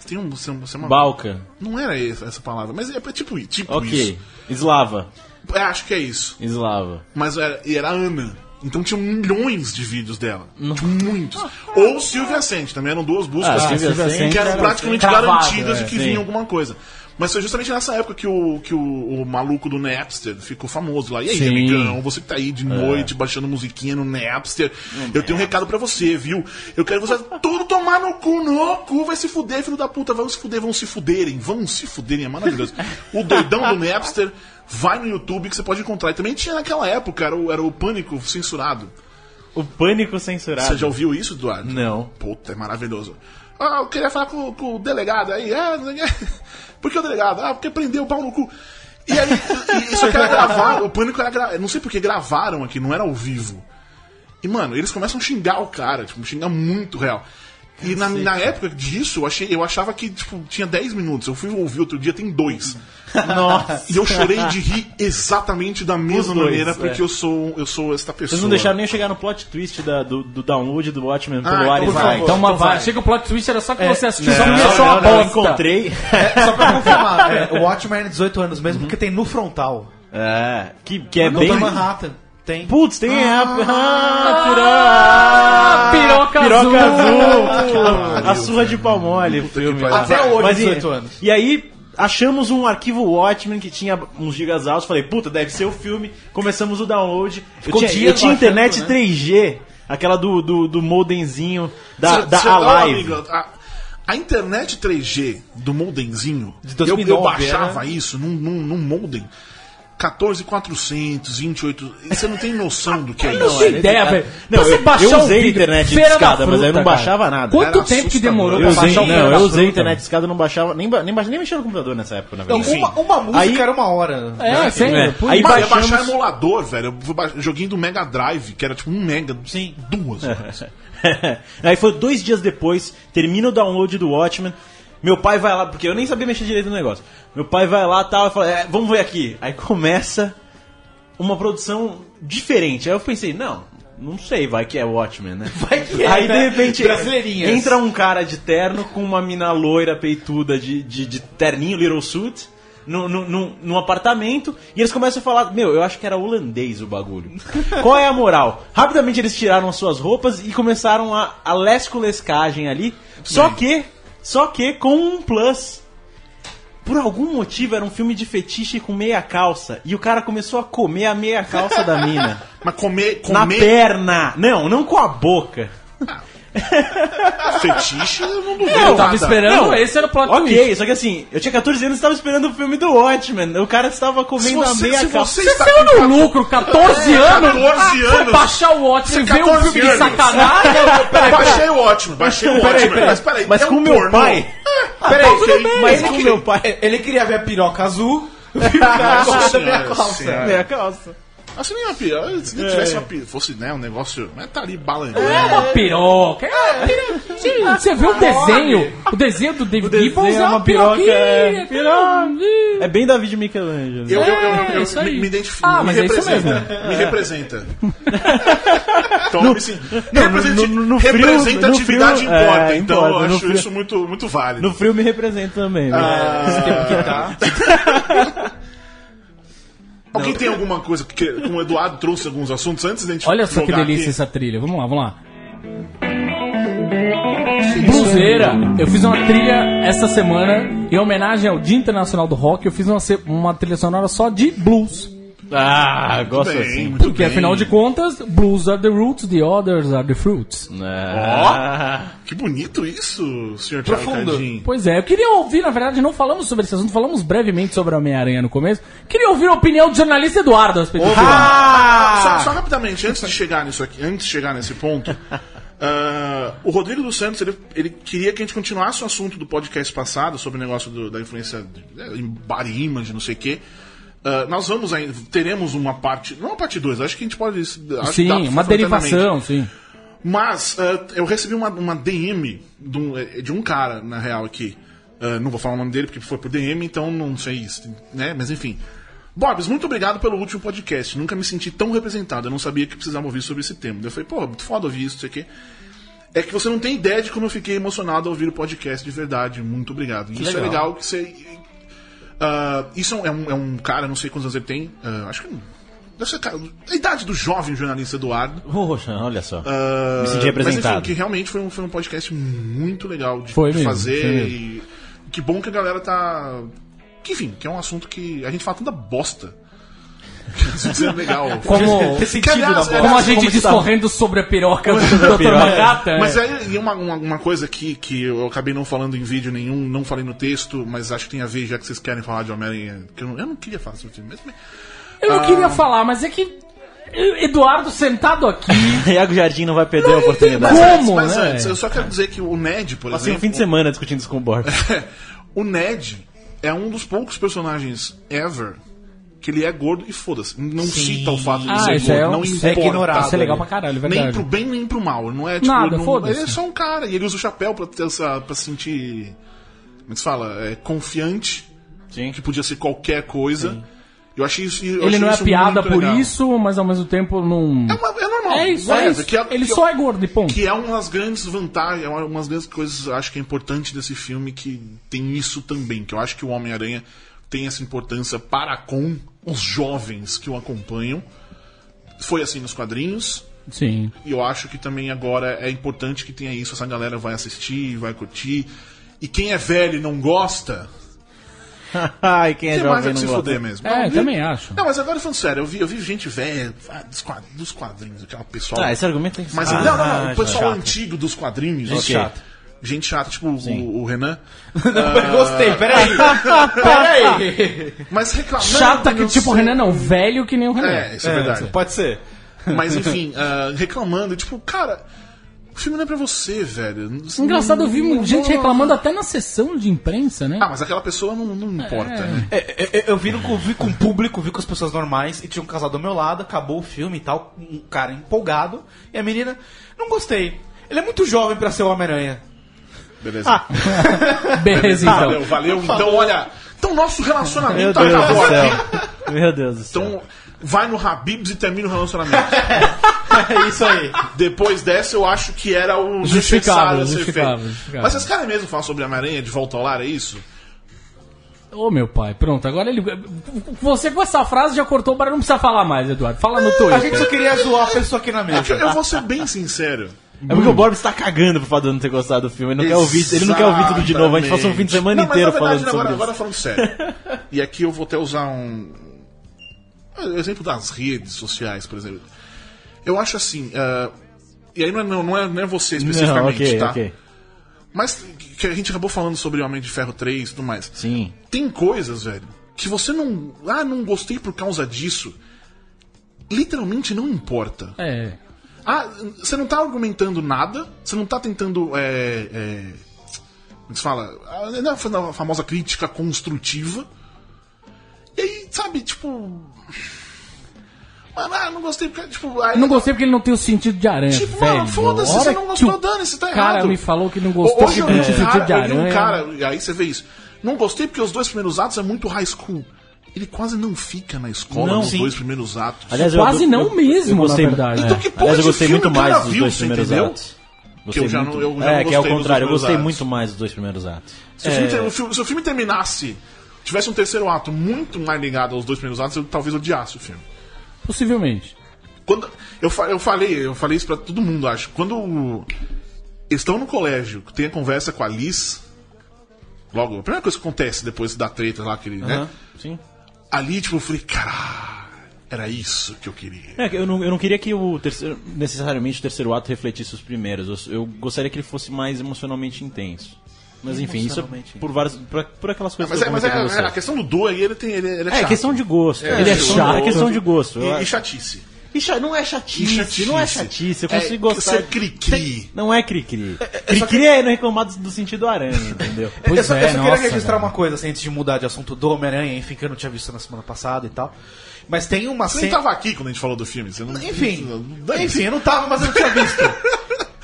você Tem um. Você, é uma- você é uma-
Balca.
Não era essa, essa palavra, mas é tipo, tipo
Ok.
isso.
Eslava.
É, acho que é isso.
Eslava.
Mas era, e era a Ana. Então tinha milhões de vídeos dela. Tipo, muitos. Ou Silvia Sente, também eram duas buscas.
Ah, Silvia
Silvia
Sente
que eram
era
praticamente
cravado,
garantidas de
é.
que
sim.
vinha alguma coisa. Mas foi justamente nessa época que o, que o, o maluco do Napster ficou famoso lá. E aí,
Sim.
amigão, você que tá aí de noite baixando musiquinha no Napster, eu tenho um recado pra você, viu? Eu quero você tudo tomar no cu, no cu, vai se fuder, filho da puta, vão se fuder, vão se fuderem, vão se fuderem, é maravilhoso. o doidão do Napster vai no YouTube que você pode encontrar. E também tinha naquela época, era o, era o Pânico censurado.
O pânico censurado.
Você já ouviu isso, Eduardo?
Não.
*laughs* Puta, é maravilhoso. Ah, eu queria falar com, com o delegado aí. Ah, não sei o quê. *laughs* por que o delegado? Ah, porque prendeu o pau no cu. E aí, e- e- só que era gravado, o pânico era gravado. Não sei porque gravaram aqui, não era ao vivo. E, mano, eles começam a xingar o cara, tipo, xingar muito real. E na, na época disso, eu, achei, eu achava que, tipo, tinha 10 minutos. Eu fui ouvir outro dia, tem dois.
Nossa.
E eu chorei de rir exatamente da mesma
dois,
maneira,
é.
porque eu sou eu sou esta pessoa.
Vocês não deixaram nem eu chegar no plot twist da- do, do download do Watchmen pelo
então
Ares
por
Light.
favor. É,
Então, uma
Então vai.
va- chega o plot twist, era só que você assistiu, só
É. Não,
porque achou
não,
uma
não, eu
bosta.
encontrei.
É, só pra confirmar, é, o Watchmen é 18 anos mesmo, porque tem no frontal.
É, que, que é
no
bem.
da Manhattan. Tem.
Putz, tem a. Ah,
Ah, piroca,
Piroca
azul.
azul! A- A surra de palmole, o filme.
pariu.
Até hoje,
Mas, e-
18 anos.
E aí, achamos um arquivo Watchmen que tinha uns gigas altos. Falei, puta, deve ser o filme. Começamos o download. Eu
Ficou
tinha,
dias
eu tinha
baixando,
internet
né?
3G, aquela do, do, do modemzinho da,
Cê-
da
cê- ó,
Alive.
amigo, a, a internet 3G do moldenzinho,
De
eu,
2009
eu baixava isso num, num, num modem 14,400, 28... e Você não tem noção do que é
Eu não
isso.
tenho ideia, velho.
Não,
Pra você
eu- eu
baixar um
usei
vídeo,
internet de
Feira da
escada, mas eu não
Fruta,
baixava
cara.
nada.
Quanto
Era
tempo que
assustador.
demorou
Eu
pra
usei,
baixar o Feira
não,
da
eu usei
Fruta?
internet de escada, não baixava, nem, ba- nem, baixava, nem mexia no computador nessa época, na
Então,
verdade.
uma, uma música
Aí-
era uma hora.
É, sim.
É.
por-
Aí
Mas eu ia
baixamos-
baixar emulador, velho. Eu vou ba- Joguinho do Mega Drive, que era tipo um mega, Sim. duas.
*laughs*
horas.
Aí foi dois dias depois, termina o download do Watchmen. Meu pai vai lá, porque eu nem sabia mexer direito no negócio. Meu pai vai lá tal, e fala, "É, vamos ver aqui. Aí começa uma produção diferente. Aí eu pensei, não, não sei, vai que é Watchmen, né?
*laughs* Vai que é,
Aí de
né?
repente
Brasileirinhas.
entra um cara de terno com uma mina loira peituda de, de, de terninho, little suit. num, num- num- num apartamento e eles começam a falar: Meu, eu acho que era holandês
*laughs*
o bagulho. Qual é a moral? Rapidamente eles tiraram as suas roupas e começaram a, a lesculescagem ali. Só que, só que com um plus. Por algum motivo era um filme de fetiche com meia calça e o cara começou a comer a meia calça da mina.
Mas comer,
Na
comer
perna! Não, não com a boca.
fetiche, eu não duvido.
Eu tava
nada.
esperando,
Não.
esse era o plot
Ok,
twist.
só que assim, eu tinha 14 anos e estava esperando o filme do Watchmen. O cara estava
Se
comendo a
você, se
meia calça.
você está
Você saiu
com
no lucro, 14
É,
anos,
14
pra
anos.
baixar o Watch e
Você
ver um
14
filme de
anos.
sacanagem.
*laughs*
Baixei o ótimo, baixei o
Peraí,
ótimo.
peraí.
Mas peraí,
Mas
é um
com meu
pornô.
pai? tá
Ah,
Peraí,
ok,
tudo bem,
mas
ele
com
que-
meu pai.
Ele ele queria ver a piroca
*laughs*
azul.
Nossa senhora, senhora.
Meia calça.
Assim nem uma piroca.
É.
Se não tivesse uma piroca, fosse né, um negócio. Mas tá ali balançando.
É uma piroca. é, piroca. Sim, Você vê o desenho, o desenho do David
um desenho
Gibbons
é
é
uma
uma
piroca,
piroquinha.
é.
Piroca.
É bem David Michelangelo.
Eu, eu, eu,
É,
eu
isso
me,
aí.
me identifico.
Ah,
me
mas é isso
representa. Me
*laughs*
representa. Tome sim. Representi-
no- no frio-
representatividade
no frio,
importa.
é,
então
importa,
eu
no
acho
frio.
isso muito, muito válido.
No frio me representa também. né?
Ah, Alguém tem alguma coisa que o Eduardo trouxe alguns assuntos antes da gente
Olha só que
jogar
delícia
aqui?
essa trilha. Vamos lá, vamos lá. Bluseira, eu fiz uma trilha essa semana em homenagem ao Dia Internacional do Rock. Eu fiz uma, se- uma trilha sonora só de blues.
Ah, gosto
Bem,
assim.
muito
Porque
bem.
afinal de contas, blues are the roots, the others are the fruits.
Né. Ó, que bonito isso, senhor Thiago
Profundo.
Cardim.
Pois é, eu queria ouvir, na verdade, não falamos sobre esse assunto, falamos brevemente sobre a Homem-Aranha no começo. Queria ouvir a opinião do jornalista Eduardo a respeito disso.
Só, só rapidamente, antes de chegar nisso aqui, antes de chegar nesse ponto,
*laughs*
ah, o Rodrigo dos Santos, ele, ele queria que a gente continuasse o assunto do podcast passado, sobre o negócio do- da influência de- eh, em body image, não sei o quê. Ah, nós vamos ainda, teremos uma parte, não uma parte 2, acho que a gente pode. Acho que dá
Sim,
pra
uma
fazer eternamente.
derivação, sim.
Mas eh, eu recebi uma, uma DM de um, eh, de um cara, na real, aqui. Eh, não vou falar o nome dele porque foi por DM, então não sei isso, né? Mas enfim. Bobs, muito obrigado pelo último podcast. Nunca me senti tão representado. Eu não sabia que precisava ouvir sobre esse tema. Daí Eu falei, pô, muito foda ouvir isso, isso aqui. É que você não tem ideia de como eu fiquei emocionado ao ouvir o podcast de verdade. Muito obrigado. isso é legal que você ah, isso é um- é um, é um cara, não sei quantos anos ele tem. ah, acho que. Deve ser cara, a idade do jovem jornalista Eduardo.
Poxa, olha só.
Ah,
Me senti
Mas,
representado.
enfim, que realmente foi um, foi um podcast muito legal de,
Foi
de
mesmo,
fazer.
foi
E que bom que a galera tá. Que, enfim, que é um assunto que a gente fala tanta bosta. *laughs* Que às vezes é legal. *laughs*
Como,
Ter
Que, tá?
sentido na
aliás,
bola.
como a
aliás,
gente
como está-
discorrendo sobre a piroca do Dr. Magata.
tá Mas
é.
aí e uma, uma, uma coisa que, que eu acabei não falando em vídeo nenhum, não falei no texto, mas acho que tem a ver, já que vocês querem falar de Homem-Aranha. que Eu, não- eu não queria falar sobre isso, mas
Eu não queria falar, mas é que Eduardo sentado aqui.
*laughs* Iago Jardim não vai perder a oportunidade.
como,
Antes, mas
né?
antes, eu só quero dizer que o Ned, por
Passei um
exemplo.
fim de semana discutindo isso com o Borba.
*laughs* o Ned é um dos poucos personagens ever que ele é gordo e foda-se. Não cita o fato de
Ah,
ser
isso
gordo,
é um-
não
isso é
importa.
ignorado,
Isso é legal pra caralho, é
nem
verdade.
pro bem nem pro mal. Não é tipo,
Nada,
ele não-
foda-se.
ele é só um cara e ele usa o chapéu pra, ter essa, pra se sentir. Como se fala? É, confiante.
Sim.
Que podia ser qualquer coisa. Eu achei isso. eu
Ele
achei
não é
isso
piada
muito
por
legal.
isso, mas ao mesmo tempo não.
É, uma, é normal.
É isso, é
Whatever,
isso.
que é-
Ele
que é-
só é gordo e ponto.
que é uma das grandes vantagens, é uma uma das grandes coisas eu acho que é importante desse filme, que tem isso também, que eu acho que o Homem-Aranha tem essa importância para com os jovens que o acompanham. Foi assim nos quadrinhos,
Sim.
e eu acho que também agora é importante que tenha isso, essa galera vai assistir, vai curtir. E quem é velho e não gosta,
*laughs* Ai, quem é
tem mais é
jovem
que
não
se
gosta.
fuder mesmo.
É,
Não,
eu
vi-
também acho.
Não, mas agora falando sério, eu vi, eu vi gente velha ah, dos quad- dos quadrinhos, aquela pessoal.
Ah, esse argumento tem que ser.
Mas
Ah,
não, não, não. O
é
já.
pessoal
Chato.
antigo dos quadrinhos.
Gente
ok.
chata.
Gente chata, tipo o, o Renan.
Gostei, peraí. *laughs* peraí.
Mas reclamando.
Chata
e
que
não
tipo o
sei-
Renan não, velho que nem o Renan.
É, isso é, verdade.
Pode ser.
Mas enfim, *laughs* ah, reclamando. Tipo, cara, o filme não é pra você, velho.
Engraçado, eu vi
Não-
gente
não-
reclamando até na sessão de imprensa, né?
Ah, mas aquela pessoa não, não importa, né?
É, é, é, eu vi, no- eu vi com o público, vi com as pessoas normais, e tinha um casal do meu lado, acabou o filme e tal, um cara empolgado, e a menina, não gostei. Ele é muito jovem pra ser o Homem-Aranha.
Beleza.
Ah, tá. Beleza,
Ah, valeu,
então.
valeu. Então, olha. Então, nosso
Meu
relacionamento
Deus do
Então, acabou aqui.
céu. Meu Deus do céu.
Então, vai no Habibs e termina o
*laughs*
relacionamento.
É isso aí.
Depois dessa, eu acho que era o
Justificável,
necessário a ser
justificável,
feito.
justificável.
Mas vocês querem mesmo falar sobre a Maranha de volta ao lar, é isso?
Ô meu pai, pronto, agora ele. Você com essa frase já cortou, para não precisa falar mais, Eduardo. Fala
Ah,
no
A
Twitter.
gente só queria zoar a pessoa aqui na
É que
mesa.
Eu vou ser bem sincero.
É porque o Borbs tá cagando pro fato de eu não ter gostado do filme. Ele não, quer ouvir, ele não quer ouvir tudo de novo. A gente passou um fim de semana
Não, mas
inteiro
na verdade,
falando sobre
agora,
isso.
agora falando sério. e aqui eu vou até usar um. um Exemplo das redes sociais, por exemplo. Eu acho assim. ah, e aí não é, não, não é, não é você especificamente,
Não, ok,
tá?
ok.
Mas que a gente acabou falando sobre o Homem de Ferro 3 e tudo mais.
Sim.
Tem coisas, velho, que você não. Ah, não gostei por causa disso. Literalmente não importa.
É.
Ah, você não tá argumentando nada, você não tá tentando. É, é, como se fala? Ah, não, foi na famosa crítica construtiva. E aí, sabe, tipo. Mano, ah, não gostei porque. Tipo, aí,
Não gostei porque ele não tem o sentido de aranha.
Tipo,
velho.
mano, foda-se,
A hora
você não
que
gostou,
o
dane-se, tá errado.
cara me falou que não gostou
Hoje eu vi
porque não
um
tinha sentido de
cara, eu vi um
aranha.
cara, e aí você vê isso. Não gostei porque os dois primeiros atos é muito high school. Ele quase não fica na escola
Não,
nos
sim.
dois primeiros atos.
Aliás,
Quase não mesmo,
gostei-
na verdade.
Então que porra
Aliás, eu
de
gostei
filme
muito
o cara
mais dos
viu,
dois
você
primeiros
entendeu?
atos.
eu já
muito-
não- eu já
é,
não
que é o
gostei dos
contrário. Eu
dois
gostei
primeiros
muito mais dos dois primeiros atos. É.
Se,
é.
o filme, ter- o filme- se o filme terminasse, tivesse um terceiro ato muito mais ligado aos dois primeiros atos, eu talvez odiasse o filme.
Possivelmente.
Quando, eu, fa- eu falei, eu falei isso pra todo mundo, acho. Quando o- estão no colégio, tem a conversa com a Liz, logo, a primeira coisa que acontece depois da treta lá, aquele, né?
Aham, Sim.
Ali, tipo, eu falei, caralho, era isso que eu queria.
É, que eu não, eu não queria que o terceiro, necessariamente o terceiro ato refletisse os primeiros. Eu, eu gostaria que ele fosse mais emocionalmente intenso. Mas enfim, isso é por várias, por, por aquelas coisas
Mas,
que
é,
eu
mas é,
comentei com
é, a
você.
questão do do aí, ele tem. Ele, ele é,
É,
chato.
questão de gosto.
É,
ele é
questão de
chato, é
gosto.
questão de gosto. Eu
E, e
acho-
chatice.
E cha- não é chatice,
chatice.
não é chatice. Eu
É,
consigo gostar.
ser cri-cri.
Tem- Não é cri-cri. Cri-cri é reclamar do, do sentido aranha, entendeu?
Pois
eu só,
é,
eu só queria
nossa,
registrar
velho.
uma coisa, assim, antes de mudar de assunto do Homem-Aranha, enfim, que eu não tinha visto na semana passada e tal. Mas tem uma
Você tá nem
cena.
tava aqui quando a gente falou do filme. Você não,
Enfim,
não-
enfim, eu não tava, mas eu não tinha visto.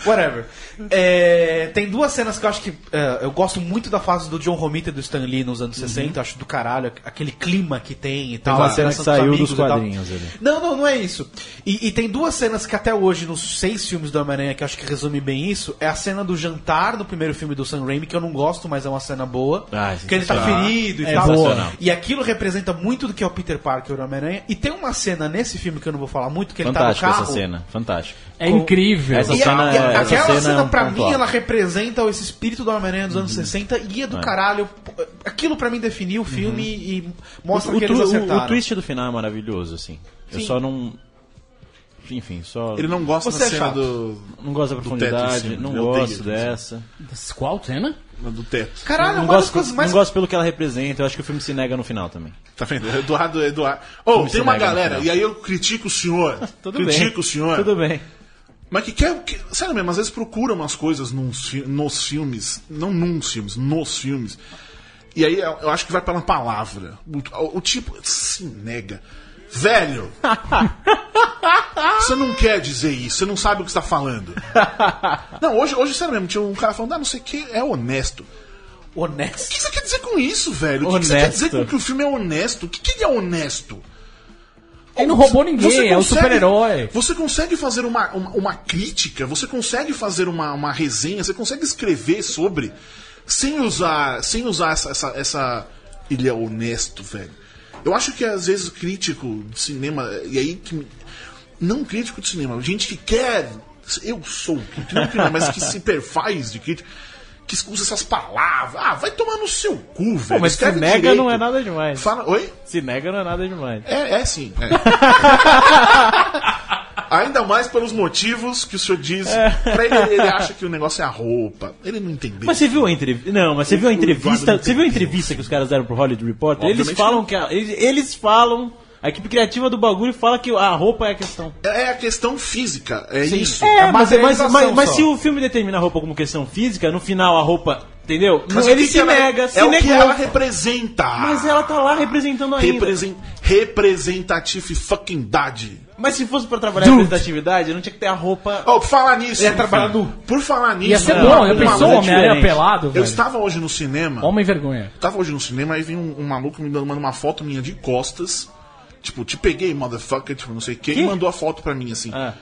Whatever. É, tem duas cenas que eu acho que. é, eu gosto muito da fase do John Romita e do Stan Lee nos anos 60, acho do caralho, aquele clima que tem e tal.
Aquela
a
cena
relação
que
dos amigos
saiu dos
e tal.
quadrinhos ali.
Não, não, não é isso. E, e tem duas cenas que até hoje, nos seis filmes do Homem-Aranha, que eu acho que resume bem isso, é a cena do jantar do primeiro filme do Sam Raimi, que eu não gosto, mas é uma cena boa.
Ah, é
que ele tá
sensacional.
ferido e
É
tal.
boa.
E aquilo representa muito do que é o Peter Parker e o Homem-Aranha. E tem uma cena nesse filme que eu não vou falar muito, que ele tá no
Fantástico
carro.
essa cena, fantástico.
É incrível.
Essa
E a-
cena
e a-
é- essa
aquela
cena
cena,
é um
pra
ponto
mim,
alto. Uhum.
ela representa esse espírito do Homem-Aranha dos anos 60 e é do caralho. Pô, Aquilo pra mim definiu o filme e mostra
o, o
que eles
tru- o-
acertaram.
o twist do final é maravilhoso, assim. Eu
Sim.
só não. Enfim, só.
Ele não gosta
Você
da
é
cena
chato.
do,
não gosto da
do
profundidade,
teto, assim,
não
eu
gosto
odeio,
dessa.
Qual cena?
do teto.
Caralho,
Ah, não,
uma das
gosto,
coisas mais.
não gosto pelo que ela representa, eu acho que o filme se nega no final também.
Tá vendo? Eduardo, Eduardo. Ô,
Como
tem
se
uma
nega,
galera,
né?
e aí eu critico o senhor.
*laughs* Tudo bem.
critico o senhor.
Tudo bem.
Mas que quer. Que, sério mesmo, às vezes procura umas coisas nos, fi- nos filmes. Não nos filmes, nos filmes. E aí eu, eu acho que vai pela palavra. O, o tipo. Se nega. Velho! Você não quer dizer isso, você não sabe o que está falando. Não, hoje, hoje sério mesmo, tinha um cara falando, ah, não sei o que, é honesto. O
Honesto.
que você quer dizer com isso, velho? O que você quer
Honesto.
dizer com que o filme é honesto? O que, que ele é honesto?
Ele não roubou ninguém,
Você
é o
consegue-
super-herói.
Você consegue fazer uma, uma, uma crítica, você consegue fazer uma, uma resenha, você consegue escrever sobre sem usar, sem usar essa, essa, essa- Ele é honesto, velho. Eu acho que às vezes o crítico de cinema. E aí que. me- Não crítico de cinema, gente que quer. Eu sou crítico, não, que não é, mas que se perfaz de crítico. Que usa essas palavras. Ah, vai tomar no seu cu, velho.
mas se
Escreve
nega
direito.
não é nada demais.
Fala, oi?
Se nega não é nada demais.
É, é sim. é. *laughs* Ainda mais pelos motivos que o senhor diz.
É.
Pra ele, ele acha que o negócio é a roupa. Ele não entendeu.
Mas você viu a entrevista. Não, mas você viu a
Eduardo
entrevista.
não
Você viu a
tem
entrevista que os caras deram pro Hollywood Reporter? Eles
Obviamente
falam
não.
que. a- eles, eles falam. A equipe criativa do bagulho fala que a roupa é a questão.
É a questão física. É isso.
É,
a
mas, mas, mas,
materialização
mas
só.
se o filme determina a roupa como questão física, no final a roupa. Entendeu?
Mas
Não,
o
ele
que
se
que ela-
nega, se
É o que
negou.
ela representa.
Mas ela tá lá representando ainda.
Represen representatividade. fucking dade.
Mas se fosse pra trabalhar a representatividade, não tinha que ter a roupa.
Oh, por falar nisso.
Ele ia trabalhar nu.
Por falar nisso.
Ia ser
é uma-
bom, já
uma-
pensou o
uma-
Homem-Aranha
diferente.
pelado,
Eu
velho?
estava hoje no cinema.
Homem vergonha.
Tava hoje no cinema, aí vem um, um maluco me dando manda uma foto minha de costas. Tipo, te peguei, motherfucker, tipo, não sei o quê, e mandou a foto pra mim, assim.
Ah.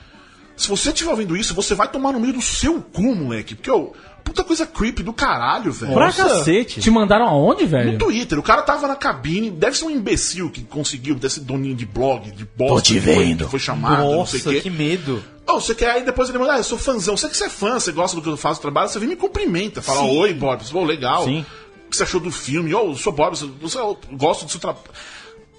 Se você estiver ouvindo isso, você vai tomar no meio do seu cu, moleque. Porque, ô, puta coisa creepy do caralho, velho.
Pra cacete.
Te mandaram aonde, velho?
No Twitter, o cara tava na cabine, deve ser um imbecil que conseguiu, deve ser doninho de blog, de bosta.
Tô te
que foi-
vendo.
que Foi chamado, não sei o quê.
medo.
Ô, você quer aí depois ele manda, ah, eu sou fãzão. Você que você é fã, você gosta do que eu faço, do trabalho, você vem e me cumprimenta. Fala, oi, Bob. Pô, legal.
Sim.
O que você achou do filme? Ô, eu sou Bob, eu, eu gosto do seu trabalho.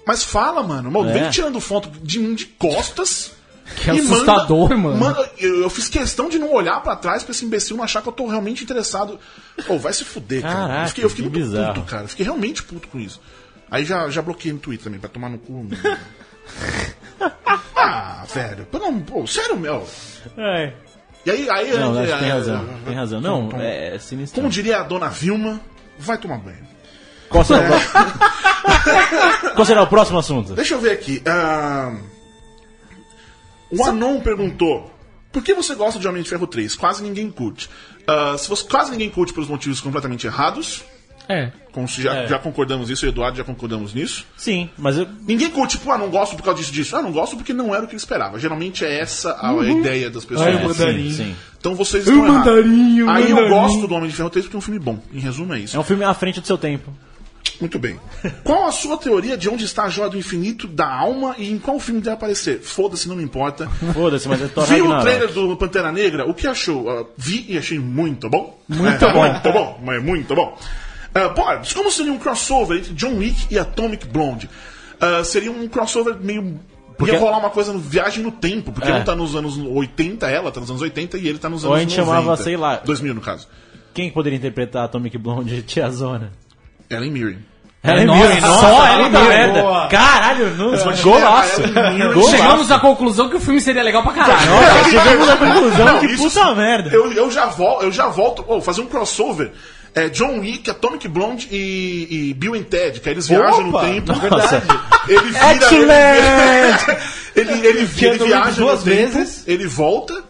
Mas fala, mano. mano
É.
Vem tirando foto de mim de costas.
Que é
e manda-
assustador, mano.
manda- eu, eu fiz questão de não olhar pra trás pra esse imbecil não achar que eu tô realmente interessado. Ô, vai se fuder, cara.
Caraca,
eu fiquei, eu fiquei
que
muito
bizarro.
puto, cara. Eu fiquei realmente puto com isso. Aí já, já bloqueei no Twitter também, pra tomar no cu. mano.
*laughs*
ah, velho. Pô, não, pô, sério, meu.
É.
E aí, aí
Não,
aí,
acho que tem
é,
razão. Tem razão. Não,
Tom, Tom.
é sinistro.
Como diria a dona Vilma, vai tomar banho.
Qual
é.
será, o próximo? Qual será o próximo assunto?
Deixa eu ver aqui. ahn, O Anon perguntou: Por que você gosta de Homem de Ferro 3? Quase ninguém curte. Ah, se você quase ninguém curte pelos motivos completamente errados,
É.
como se já, já concordamos nisso, eu e o Eduardo já concordamos nisso.
Sim, mas eu.
Ninguém curte, tipo, ah, não gosto por causa disso, disso. Ah, não gosto porque não era o que ele esperava. Geralmente é essa a, a ideia das pessoas.
Ai,
é,
mandarim.
Sim, sim.
Então vocês estão errados.
mandarim, o
Aí eu
mandarim.
gosto do Homem de Ferro 3 porque é um filme bom. Em resumo, é isso.
É um filme à frente do seu tempo.
Muito bem. Qual a sua teoria de onde está a joia do infinito da alma e em qual filme deve aparecer? Foda-se, não me importa.
Foda-se, mas é Thor
Vi o
Ragnarok.
trailer do Pantera Negra, o que achou? Ah, vi e achei muito bom. Muito bom. Muito bom, mas muito bom. Ah, Borbs, como seria um crossover entre John Wick e Atomic Blonde? Ah, seria um crossover meio.
Porque-
Ia rolar uma coisa no Viagem no Tempo, porque
É.
um tá nos anos 80, ela tá nos anos 80 e ele tá nos
Ou
anos 90.
a gente chamava, sei lá-
2000, no caso.
Quem poderia interpretar a Atomic Blonde *laughs* Tiazona?
Ellen Mirren.
Ellen
Nossa,
Mirren, nossa,
só
é
puta
Ellen Mirren.
é merda.
Boa.
Caralho, não.
Golaço! Ellen Mirren
Chegamos à conclusão que o filme seria legal pra caralho.
Chegamos à conclusão
Não,
que
isso-
puta merda.
Eu, eu já volto, eu já volto, ô, fazer um crossover. É John Wick, Atomic Blonde e, e Bill and Ted, que aí eles viajam
Opa,
no tempo. é
verdade.
Ele vira.
Excellent!
*laughs* Ele, ele, ele,
Que
é
ele
andou
viaja
duas
no tempo,
vezes.
ele volta,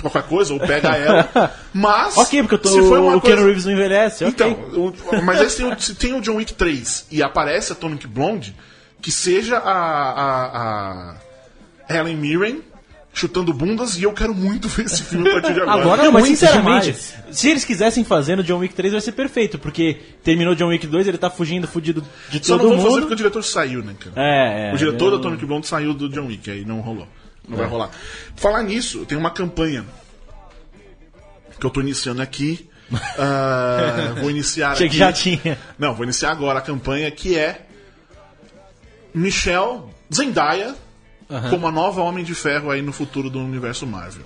qualquer coisa, ou pega
*laughs*
ela. Mas.
Ok, porque eu tô,
se foi uma
o
coisa-
Keanu Reeves não envelhece. ok.
Então, o- mas aí se tem, o, se tem o John Wick 3 e aparece a Atomic Blonde, que seja a, a, a Helen Mirren chutando bundas, e eu quero muito ver esse filme a partir de agora.
Agora
Não, mas
muito
sinceramente,
demais.
se eles quisessem fazer no John Wick 3 vai ser perfeito, porque terminou John Wick 2, ele tá fugindo, fudido de
Só não Então,
todo
vou
mundo.
fazer porque o diretor saiu, né, cara?
É, é.
o diretor
eu- É.
do Atomic Blonde saiu do John Wick, aí não rolou. Não vai rolar. Falar nisso, tem uma campanha que eu tô iniciando
*laughs*
aqui. Ah, vou iniciar
Achei que
aqui.
já tinha.
Não, vou iniciar agora a campanha que é Michelle Zendaya como a nova Homem de Ferro aí no futuro do universo Marvel.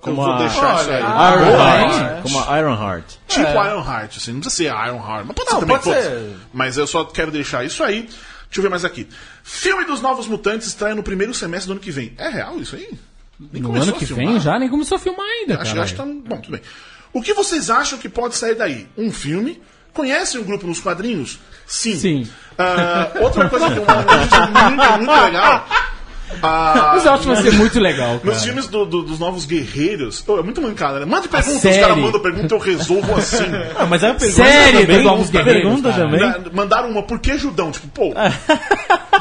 Como
eu vou
a-
deixar isso aí. Ah, né? É.
Ironheart. Ah, Como a Ironheart.
Tipo Ironheart, assim, não precisa ser Ironheart, mas pode ser
Não,
também,
pode
pode
ser.
Mas eu só quero deixar isso aí. Deixa eu ver mais aqui. Filme dos Novos Mutantes estreia no primeiro semestre do ano que vem. É real isso aí? Nem
No
começou
ano
a
que
filmar.
vem já nem começou a filmar ainda,
Acho,
cara.
acho que tá... Bom, tudo bem. O que vocês acham que pode sair daí? Um filme? Conhecem um grupo nos quadrinhos? Sim.
Sim.
Ah, outra coisa que é uma muito,
*laughs*
muito legal... ah,
Mas eu acho que vai ser muito legal,
nos
cara.
filmes do- do- dos novos guerreiros, Ô, é muito mancada, né? Manda pergunta, os
série.
caras mandam pergunta, eu resolvo
*laughs*
assim.
Ah, mas é uma pergunta
Série
também.
dos Novos Guerreiros,
pergunta
cara.
também.
Na- mandaram uma, por que Judão? Tipo,
*laughs*
pô,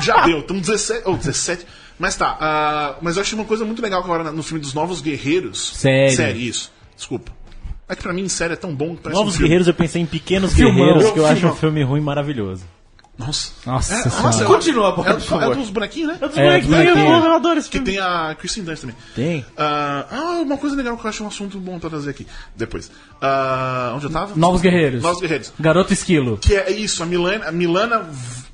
já deu, estamos 17. Ou 17. Mas tá, ah, mas eu achei uma coisa muito legal que agora no filme dos Novos Guerreiros.
Série.
Série, isso. Desculpa. É que pra mim, série é tão bom que parece
Novos
um filme.
Guerreiros eu pensei em Pequenos
Filmão.
Guerreiros, que eu
Filmão.
acho um filme ruim maravilhoso.
Nossa.
Nossa
é,
senhora.
nossa, eu-
Continua, Bob,
é,
por
dos- é
favor. um
dos bonequinhos, né?
É, bonequinhos, bonequinho.
eu adoro esse
Que
filme.
tem a Kristen Dunst também.
Tem.
Ah, ah, uma coisa legal que eu acho um assunto bom pra trazer aqui. Depois. Ah, onde eu tava?
Novos Guerreiros.
Novos Guerreiros.
Garoto Esquilo.
Que é isso, a Milana, a Milana V-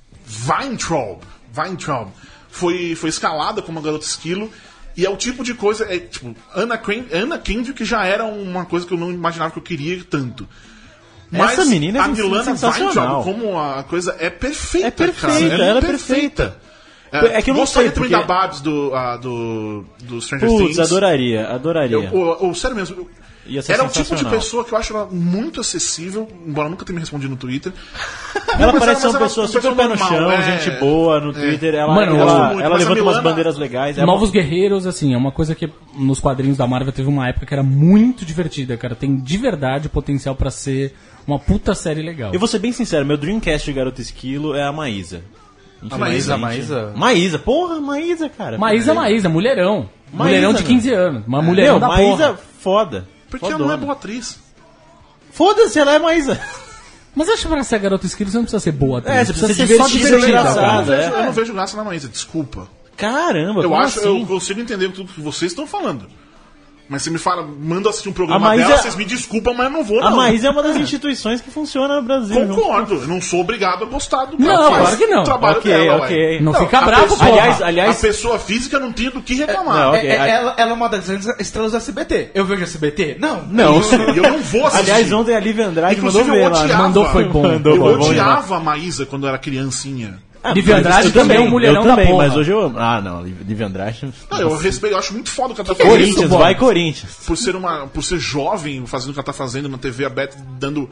Weintraub, Weintraub foi, foi escalada como uma garota esquilo. E é o tipo de coisa, é tipo, Ana, Cren- Ana Kendrick que já era uma coisa que eu não imaginava que eu queria tanto. Mas
Essa menina é
a Milana
sensacional.
Weintraub, como a coisa, é perfeita,
É perfeita,
cara.
ela é
É,
É que eu não
gostaria
sei,
também da
porque-
Babs do, ah, do, do Stranger
Putz,
Things.
adoraria, adoraria.
Eu, eu- eu- sério mesmo. eu-
Ia ser
era o tipo de
sensacional.
pessoa que eu acho ela muito acessível, embora nunca tenha me respondido no Twitter.
Ela
Mas
parece ser
mas
uma pessoa super pé no
normal,
chão,
é.
gente boa no Twitter. Ela,
Mano, eu
ela,
gosto
muito,
ela
mas a
levanta umas
Milana-
bandeiras legais. é
Novos Guerreiros, assim, é uma coisa que nos quadrinhos da Marvel teve uma época que era muito divertida, cara. Tem de verdade potencial pra ser uma puta série legal.
Eu vou ser bem sincero, meu Dreamcast de Garoto Esquilo é a Maísa.
A Maísa,
é Maísa, porra, Maísa, cara.
é Maísa, Maísa, mulherão. Mulherão
Maísa,
de
né?
15 anos. Uma mulherão
Meu,
da
Maísa, é
porra.
foda.
Porque ela não é
Fodona.
boa atriz.
Foda-se, ela é Maísa. *laughs*
Mas acho que pra ser garota esquilo você não precisa tá ser boa. atriz.
É, você precisa ser
só
vestida,
divertida,
engraçada.
cara.
É.
Eu não vejo graça na Maísa, desculpa.
Caramba,
Eu
como
acho,
assim?
eu consigo entender tudo que vocês estão falando. Mas você me fala, manda assistir um programa
A Maísa-
dela, vocês me desculpam, mas eu não vou,
A
não.
Maísa é uma das instituições que funciona no Brasil.
Concordo, eu não sou obrigado a gostar do que
Não,
ela faz.
claro que não.
O trabalho
Ok,
dela, ué.
ok.
Não, fica
a
bravo,
pessoa-
porra.
Aliás, aliás,
A pessoa física não tem do que reclamar.
É, Ok,
É- é-
aí-
ela, ela é uma das grandes estrelas do SBT. Eu vejo SBT? Não.
Não.
E eu não vou assistir.
Aliás, ontem a Liv Andrade
Inclusive,
mandou
eu
ver lá.
odiava.
Mandou, foi bom.
Mandou,
eu
foi bom demais.
odiava a Maísa quando eu era criancinha.
Ah,
Liv Andrade
eu
também é um
eu
mulherão da
também,
porra.
Mas hoje eu amo. Ah, não, Liv Liv Andrade. é
Não, eu respeito, eu acho muito foda o que ela tá fazendo.
Corinthians, vai Corinthians.
por ser uma por ser jovem fazendo o que ela tá fazendo na TV aberta dando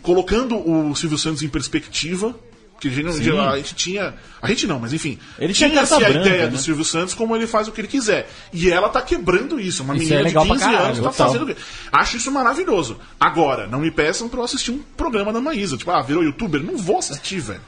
colocando o Silvio Santos em perspectiva que genu- a gente tinha a gente não mas enfim
Ele tinha
tinha-se
carta
a
branca,
ideia
né?
do Silvio Santos como ele faz o que ele quiser e ela tá quebrando isso uma
Isso é
menina de
legal pra
15
caralho,
anos tá
total.
fazendo o que acho isso maravilhoso agora não me peçam pra eu assistir um programa da Maísa tipo ah virou youtuber não vou assistir
*laughs*
velho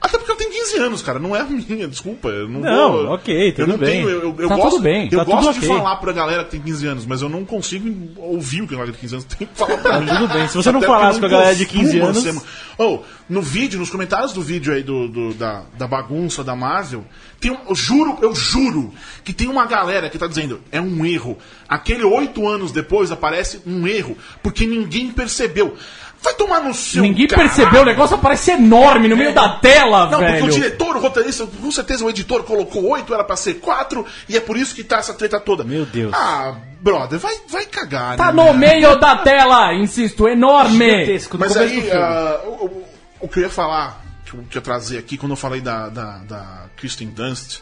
até porque eu tenho 15 anos, cara, não é a minha, desculpa. Eu não,
Não,
vou,
ok,
eu
tudo
não
bem.
Tenho, eu, eu- eu
Tá tudo
gosto,
bem,
eu
tá
gosto
tudo
de
ok.
falar falar pra galera que tem 15 anos, mas eu não consigo ouvir o que a galera de 15 anos tem que falar pra mim.
Tá tudo bem. *laughs* Se você não
Até porque
falasse
eu
com a galera de 15
costumo
anos-
ser- Ou, no vídeo, nos comentários do vídeo aí do, do- da, da bagunça da Marvel, tem um, eu juro, eu juro que tem uma galera que tá dizendo, é um erro. Aquele oito anos depois aparece um erro, porque ninguém percebeu. Vai tomar no seu
Ninguém
caralho.
percebeu, o negócio aparece enorme no meio da tela,
Não, porque o
velho.
diretor, o roteirista, com certeza o editor colocou oito, era pra ser quatro, e é por isso que tá essa treta toda.
Meu Deus.
Ah, brother, vai, vai cagar.
Tá
né?
no meio da tela, insisto, enorme.
Gigantesco, no
Mas
começo do
aí,
filme.
ah, o, o- o que eu ia falar, que eu tinha trazer aqui, quando eu falei da, da, da Kristen Dunst,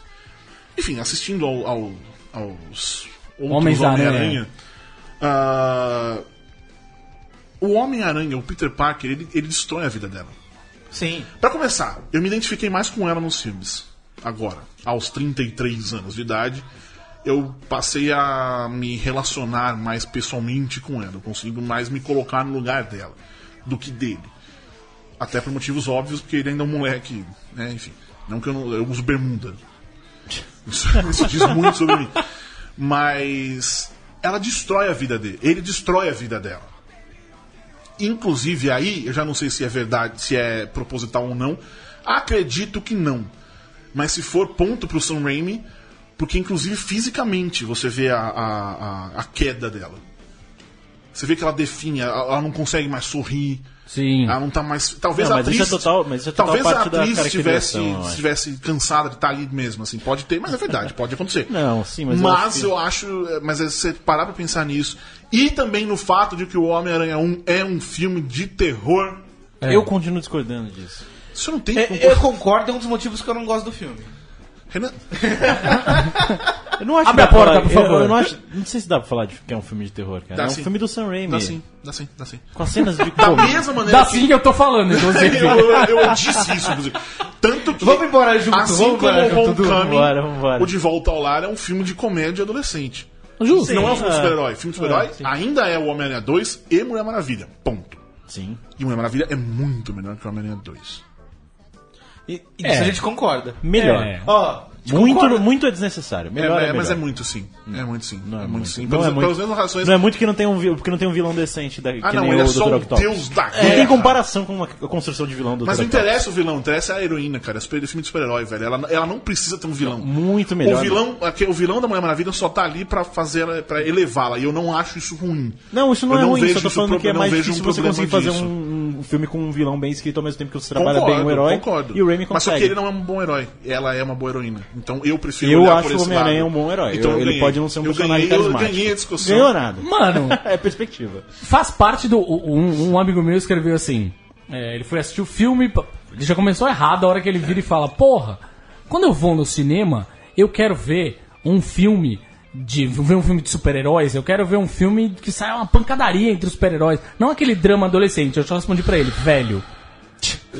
enfim, assistindo ao, ao- aos outros
Homens-Aranha.
Homem-Aranha, ah, o Homem-Aranha, o Peter Parker, ele, ele destrói a vida dela.
Sim.
Pra começar, eu me identifiquei mais com ela nos filmes. Agora, aos 33 anos de idade, eu passei a me relacionar mais pessoalmente com ela. Eu consigo mais me colocar no lugar dela do que dele. Até por motivos óbvios, porque ele ainda é um moleque, né? Enfim, não que eu não, eu uso bermuda. Isso, *laughs* isso diz muito sobre mim. Mas ela destrói a vida dele. Ele destrói a vida dela. Inclusive aí, eu já não sei se é verdade, se é proposital ou não. Acredito que não. Mas se for, ponto pro Sam Raimi, porque inclusive fisicamente você vê a, a, a- a queda dela. Você vê que ela definha, ela ela não consegue mais sorrir.
Sim.
Ela não tá mais. Talvez
Não,
a
mas
atriz.
isso é total- mas isso é total
talvez
parte da
a atriz estivesse,
caracterização, eu acho.
estivesse cansada de estar ali mesmo, assim. Pode ter, mas é verdade, pode acontecer.
Não, sim, mas eu
Mas
acho
eu acho. é, Mas é você parar pra pensar nisso. E também no fato de que o Homem-Aranha 1 é um filme de terror.
Eu continuo discordando disso.
Isso não tem como.
É, eu concordo, é um dos motivos que eu não gosto do filme.
Renan,
Eu não acho que
Abre a
dá pra
porta,
falar-
por favor.
Eu, eu não, acho, não sei se dá pra falar de que é um filme de terror, cara.
Dá
é um
sim.
filme do Sam Raimi.
dá sim, dá sim, dá sim.
Com as
*laughs*
cenas de
Da
comédia.
mesma maneira
Da
que-
sim que eu tô falando, inclusive.
eu, eu- eu disse isso, inclusive. Tanto que.
Vamos embora junto,
assim
vamos
como
embora
o
junto,
Homecoming,
vambora, vambora.
o De Volta ao Lar é um filme de comédia adolescente.
Justo.
Não é um filme de
Ah.
super-herói. Filme de super-herói
Ah, sim.
ainda é o Homem-Aranha 2 e Mulher Maravilha. Ponto.
Sim.
E Mulher Maravilha é muito melhor que o Homem-Aranha 2.
E, e disso
É.
a gente concorda.
Melhor.
É.
Ó, a gente
Muito,
concorda.
muito é desnecessário.
É,
Melhor é,
é, mas
melhor.
é muito sim. É muito sim.
Não
é muito, sim.
Não
Pelas,
é muito.
pelas mesmas razões.
Não é muito que não tem um, vi- porque não tem um vilão decente da,
ah,
que
não,
nem
ele é
o
só
Dr.
o
Octopus.
deus da
Não
guerra.
tem comparação com uma- a construção de vilão do
Mas então,
Dr.
não
Octopus.
interessa o vilão, interessa a heroína, cara. É super- filme de super-herói, velho. Ela, ela não precisa ter um vilão.
Muito É, melhor. né?
O vilão, aqui, o vilão da Mulher Maravilha só tá ali pra fazer ela- pra elevá-la. E eu não acho isso ruim.
Não, isso não
Eu
é ruim, só
vejo
tô
isso
falando
pro-
que é
eu não
mais
vejo
difícil
um
você
problema
conseguir fazer
disso.
um, um filme com um vilão bem escrito ao mesmo tempo que você trabalha
Concordo,
bem o herói.
concordo.
E o Raimi
Mas só que
consegue.
ele não é um bom herói. Ela é uma boa heroína. Então eu prefiro
Eu
olhar
acho
por
o
esse
Homem-Aranha
lado.
um bom herói.
Então
Eu-
eu
ele
ganhei.
pode não ser um
Eu
personagem
ganhei- eu
carismático.
ganhei a discussão.
Ganhou né? nada. *laughs*
Mano,
É perspectiva.
faz parte do. Um, um amigo meu escreveu assim. é, ele foi assistir o filme. p- Ele já começou errado a hora que ele vira e fala: Porra, quando eu vou no cinema, eu quero ver um filme. De ver um filme de super-heróis, eu quero ver um filme que saia uma pancadaria entre os super-heróis. Não aquele drama adolescente. Eu só respondi pra ele, velho.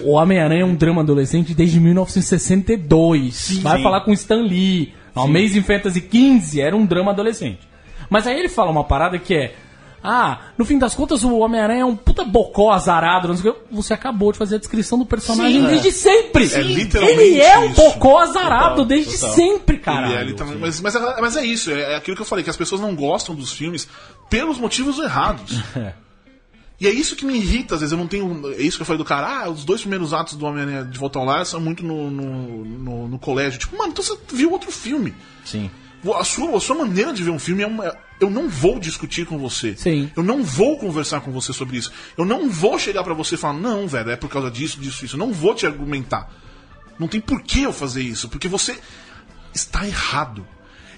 O Homem-Aranha é um drama adolescente desde 1962. Vai
sim.
falar com Stan Lee. Amazing Fantasy 15 era um drama adolescente. Mas aí ele fala uma parada que é. Ah, no fim das contas o Homem-Aranha é um puta bocó azarado, não sei o que. Você acabou de fazer a descrição do personagem
Sim,
desde sempre.
É literalmente
Ele é um
isso.
bocó azarado desde sempre, cara.
Ele é, ele tá- mas, mas é, mas é isso, é é aquilo que eu falei, que as pessoas não gostam dos filmes pelos motivos errados. E é isso que me irrita, às vezes eu não tenho. É isso que eu falei do cara, ah, os dois primeiros atos do Homem-Aranha de Volta ao Lar são muito no, no, no- no colégio. Tipo, mano, então você viu outro filme.
Sim.
A sua, a sua maneira de ver um filme é uma. Eu não vou discutir com você.
Sim.
Eu não vou conversar com você sobre isso. Eu não vou chegar pra você e falar, não, velho, é por causa disso, disso, isso. Eu não vou te argumentar. Não tem por que eu fazer isso, porque você está errado.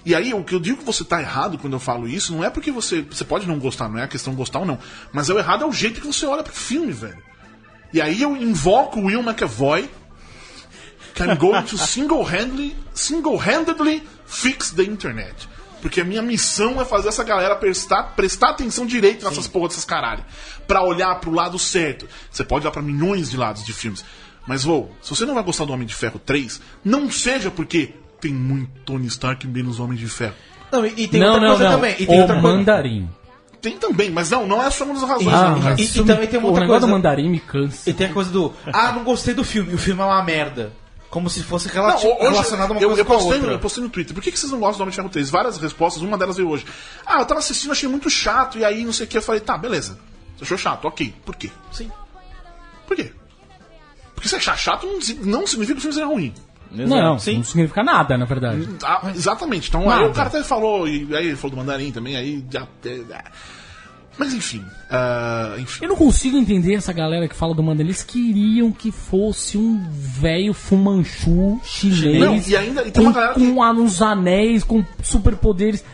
E aí, o que eu digo que você está errado quando eu falo isso, não é porque você. Você pode não gostar, não é a questão de gostar ou não. Mas é o errado é o jeito que você olha pro filme, velho. E aí eu invoco o Will McAvoy, can go to single-handedly single-handedly fix the internet. Porque a minha missão é fazer essa galera prestar, prestar atenção direito nessas porra dessas caralho. Pra olhar pro lado certo. Você pode olhar pra milhões de lados de filmes. Mas, vou, se você não vai gostar do Homem de Ferro 3, não seja porque tem muito Tony Stark menos Homem de Ferro.
Não, e, e tem
não,
outra
não,
coisa
não.
também. E tem
o
outra coisa.
mandarim.
Tem também, mas não, não é só uma das razões.
Ah,
não, cara.
e-
Isso
também
me-
tem uma
o
outra
negócio
coisa.
do mandarim me cansa.
E tem a coisa do. Ah, não gostei do filme. O filme é uma merda. Como se fosse
Não,
relati-
hoje
relacionado a uma
eu,
coisa
eu
com a
postei no,
outra.
eu postei no Twitter. Por que, que vocês não gostam do Homem de Ferro 3? Várias respostas, uma delas veio hoje. Ah, eu tava assistindo, achei muito chato, e aí não sei o que. Eu falei, tá, beleza. Você achou chato, ok. Por quê? Sim. Por quê? Porque se achar chato não, si- não significa que o filme seja ruim.
Não,
Sim.
não significa nada, na verdade.
Ah, exatamente. Então aí
Nada.
o cara até falou, e aí ele falou do mandarim também, aí já. ah. Mas enfim. ah, enfim.
Eu não consigo entender essa galera que fala do Manda. Eles queriam que fosse um velho fumanchu chinês.
Não, e ainda- e tem
com,
uma galera que-
com a- uns anéis, com superpoderes.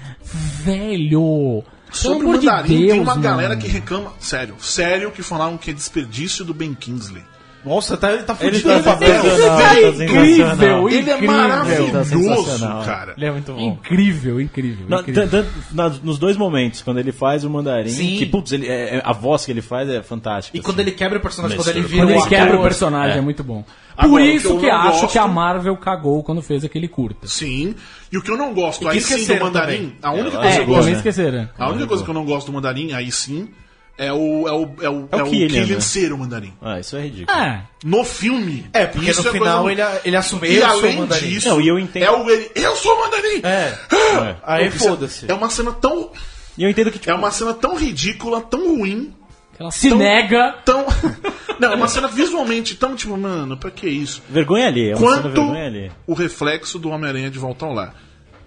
Velho!
Sobre o
pelo amor de
mandarim, tem
Deus,
uma
mano.
galera que reclama. Sério, sério, que falaram que é desperdício do Ben Kingsley.
Nossa, tá, ele tá
Ele
fudido.
tá
Ele-
papel.
sensacional,
Ele é
tá
incrível,
sensacional.
Ele é
Incrível,
tá
maravilhoso,
sensacional.
cara.
Ele é muito bom. Incrível, incrível.
Na-
incrível.
tan- tanto nas- nos dois momentos, quando ele faz o mandarim,
Sim.
que putz, ele, é- é- a voz que ele faz é fantástica.
E quando ele quebra o personagem, quando ele
Mistura.
vira
Quando
o
ele
ator-
quebra o personagem, é, muito bom. Por
Agora, o que
isso
eu
que,
não
acho
gosto-
que a Marvel cagou quando fez aquele curta.
Sim. E o que eu não gosto,
E que
aí sim, do
esqueceram
mandarim,
também.
a única
É,
coisa que
É,
eu
boa,
também
gosto.
né?
esqueceram.
A única coisa que eu não gosto do mandarim, aí sim, é o. É o. É o,
É o Killian, né?
ser o mandarim.
Ah, isso é ridículo.
É.
No filme.
É, porque
isso
no
coisa
final
mu-
ele, ele assume.
E
eu sou o
além
mandarim.
disso,
Não, e eu entendo-
é o ele, eu sou o mandarim!
É.
Ah!
Aí
Isso é-
foda-se.
É uma cena tão.
E eu entendo que, tipo,
É uma cena tão ridícula, tão ruim,
Ela se
Então-
nega.
tão. *laughs* Não, é uma cena visualmente tão tipo, mano, pra que isso?
vergonha ali, é uma cena
Quanto
vergonha ali.
o reflexo do Homem-Aranha de volta ao lar.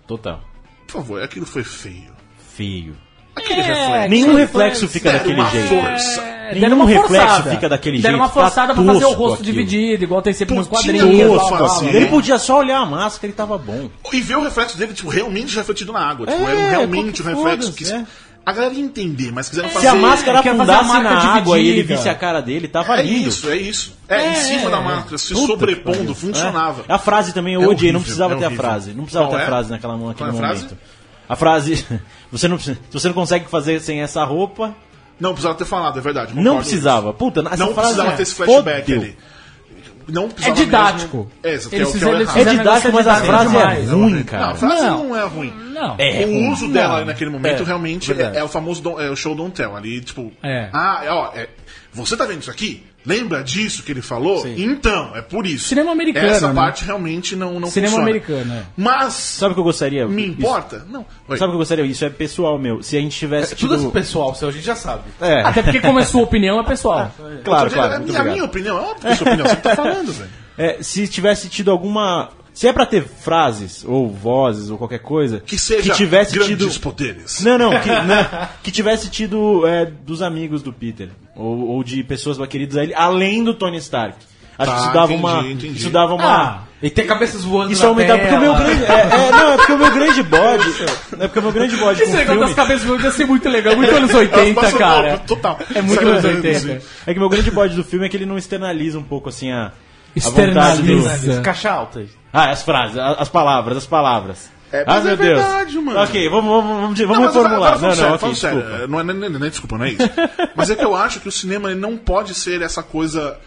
Total.
Por favor, aquilo foi feio.
Feio. É
Aquele reflexo.
Nenhum reflexo fica
Era
daquele
uma
jeito.
força.
É,
Nenhum reflexo fica daquele
Deram uma
jeito, tá
forçada pra fazer o
tosco
rosto
aquilo.
dividido, igual tem sempre nos
Putinha
quadrinhos.
tosco,
blá, blá,
assim.
blá.
Ele podia só olhar a máscara e tava bom.
E ver o reflexo dele, tipo, realmente refletido na água. Tipo,
É,
era um- realmente um
qualquer
reflexo
foda-se,
que.
é.
A galera ia entender, mas quiseram fazer.
Se a máscara
quer fazer a
afundasse
marca
na água e ele
dividida.
visse a cara dele, tava
É
lindo.
isso, é isso. É, em cima da máscara, se
Puta que
sobrepondo,
pariu.
funcionava.
É. A frase também eu
É
odiei,
horrível,
não precisava
é
ter a
horrível.
frase. Não precisava
Qual
ter
é?
a frase naquela naquele
Qual é a frase?
momento. A frase. *laughs* Você não precisa, se você não consegue fazer sem essa roupa,
Não precisava ter falado, é verdade.
não
concordo.
precisava. Puta, essa
Não
frase
precisava
é-
ter esse flashback
fodeu.
ali. Não precisava
É didático.
mesmo- É, isso que é
Eles
o que é
fizeram-
o
eles
errado.
É
Mas o negócio
didático,
é
mas a
didático
frase é
demais,
ruim,
Não, a
cara.
frase
Não.
não é ruim.
Não.
É.
o uso
Não.
dela naquele momento realmente é,
verdade.
é o famoso don- é o show don't tell. Ali, tipo,
É.
ah, é, ó, é, você tá vendo isso aqui? Lembra disso que ele falou? Então, é por isso.
Cinema americano,
Essa
né?
parte realmente não, não
Cinema
funciona.
americano, é.
Mas,
Sabe o que eu gostaria?
me
Isso-
importa? Não. Oi.
Sabe o que eu gostaria? Isso é pessoal meu. Se a gente tivesse
É Tudo esse
Tipo,
tido...
pessoal seu, a gente já sabe.
*laughs*
É,
Até porque, como é sua opinião, é pessoal.
*laughs* claro,
Outro dia,
claro.
é minha,
muito
a
obrigado.
minha opinião, é óbvio que é sua opinião. Você tá falando, velho.
É, se tivesse tido alguma. Se é pra ter frases, ou vozes, ou qualquer coisa.
Que seja
*laughs* Que tivesse
grandes
tido.
poderes.
Não, não, que, não, que tivesse tido é, dos amigos do Peter. Ou, ou de pessoas queridas a ele, além do Tony Stark. Acho que
Tá,
isso dava
entendi,
uma.
entendi.
Isso dava uma.
Ah, E tem cabeças voando
Isso
na
aumentava. Porque o meu
tela.
grande. É, é, não, é porque o meu
*laughs*
grande bode. É porque o meu grande bode. Com
*laughs* Esse
o
negócio das
filme,
cabeças voando ia ser muito legal, muito *laughs* anos 80,
Nossa,
cara.
não, Total.
É muito
Sabe,
anos
eu-
80.
é que o meu grande bode do filme é que ele não externaliza um pouco assim a. a vontade do-
Externaliza.
Caixa alta.
Ah, as frases, a- as palavras, as palavras.
É,
ah,
mas é verdade, mano.
Ok, vamos, vamos, vamos, vamos
Não, mas agora
reformular.
falando
Não, não,
sério,
ok,
falando sério,
desculpa.
não é nem, nem- nem- desculpa, não
*laughs*
é isso. Mas é que eu acho que o cinema ele não pode ser essa coisa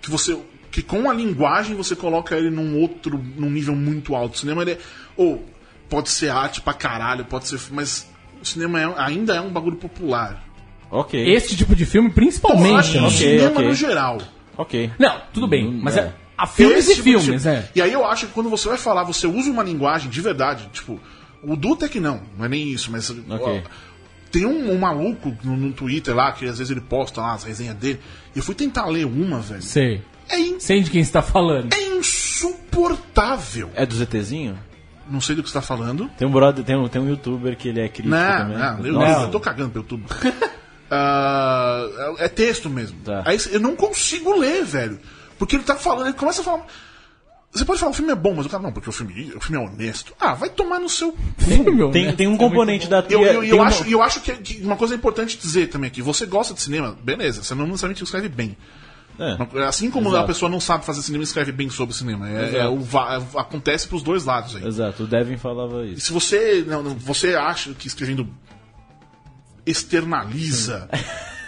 que você que com a linguagem você coloca ele num outro, num nível muito alto. O cinema ele é, ou pode ser arte pra caralho, pode ser, mas o cinema é- ainda é um bagulho popular. Então,
Ok.
Este tipo de filme,
Eu
principalmente.
acho que
né?
o
Ok,
cinema
ok.
no geral.
Ok.
Não, tudo bem,
Hum,
mas
é.
é. Há filmes
Esse
e
tipo de
filmes,
filme.
é.
E aí eu acho que quando você vai falar, você usa uma linguagem de verdade, tipo, o Duta é que não, não é nem isso, mas. ó, Tem um, um maluco no, no Twitter lá, que às vezes ele posta lá as resenhas dele. Eu fui tentar ler uma, velho.
Sei.
É, in-
Sei de quem você tá falando.
é insuportável.
É do ZTzinho?
Não sei do que você tá falando.
Tem um brother, tem um, tem um youtuber que ele é crítico
Não,
também.
Né? não, eu,
Nossa.
eu tô cagando pelo tubo. *laughs* Ah, é é texto mesmo.
Tá.
Aí eu não consigo ler, velho. Porque ele tá falando, ele começa a falar. Você pode falar, o filme é bom, mas o cara, não, porque o filme, o filme é honesto. Ah, vai tomar no seu.
Filme,
Tem,
né?
tem um componente da
Eu, eu,
tem um
eu
uma-
acho, eu acho que, é que uma coisa importante dizer também aqui: você gosta de cinema, beleza, você não necessariamente escreve bem.
É.
Assim como
Exato.
a pessoa não sabe fazer cinema, escreve bem sobre cinema. É, é
Exato.
o va- é- acontece pros dois lados aí.
Exato, o Devin falava
E
isso.
se você não, não, você acha que escrevendo externaliza,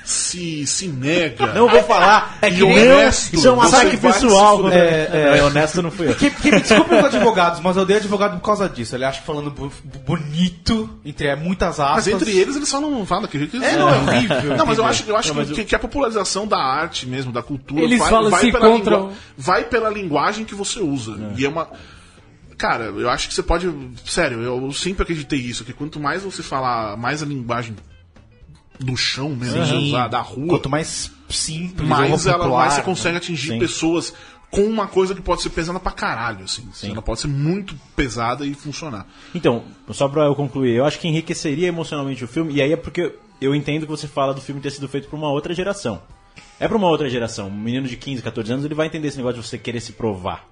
se, se nega,
Não vou falar, é que
E honesto,
isso é um
você
ataque
vai
pessoal.
se né?
contra-
fuder.
É, é, honesto não fui eu.
Que, que me desculpem os advogados, mas eu odeio advogado por causa disso. Ele acha que falando bu- bu- bonito, entre é muitas
mas
aspas.
entre eles eles só não falam daquele jeito.
É, não, é horrível.
Não, mas eu acho, eu acho
Não,
que-
mas eu-
que, que a popularização da arte mesmo, da cultura,
Eles falam se contra
lingua-
o-
vai pela linguagem que você usa. E é uma. Cara, eu acho que você pode. Sério, eu sempre acreditei isso, que quanto mais você falar mais a linguagem do chão mesmo, você usar, da rua,
Quanto mais simples,
mais,
ou
ela,
popular,
mais você consegue atingir
Sim.
pessoas com uma coisa que pode ser pesada pra caralho, assim. Ela pode ser muito pesada e funcionar.
Então, só pra eu concluir, eu acho que enriqueceria emocionalmente o filme, e aí é porque eu entendo que você fala do filme ter sido feito pra uma outra geração. É pra uma outra geração. Um menino de 15, 14 anos, ele vai entender esse negócio de você querer se provar.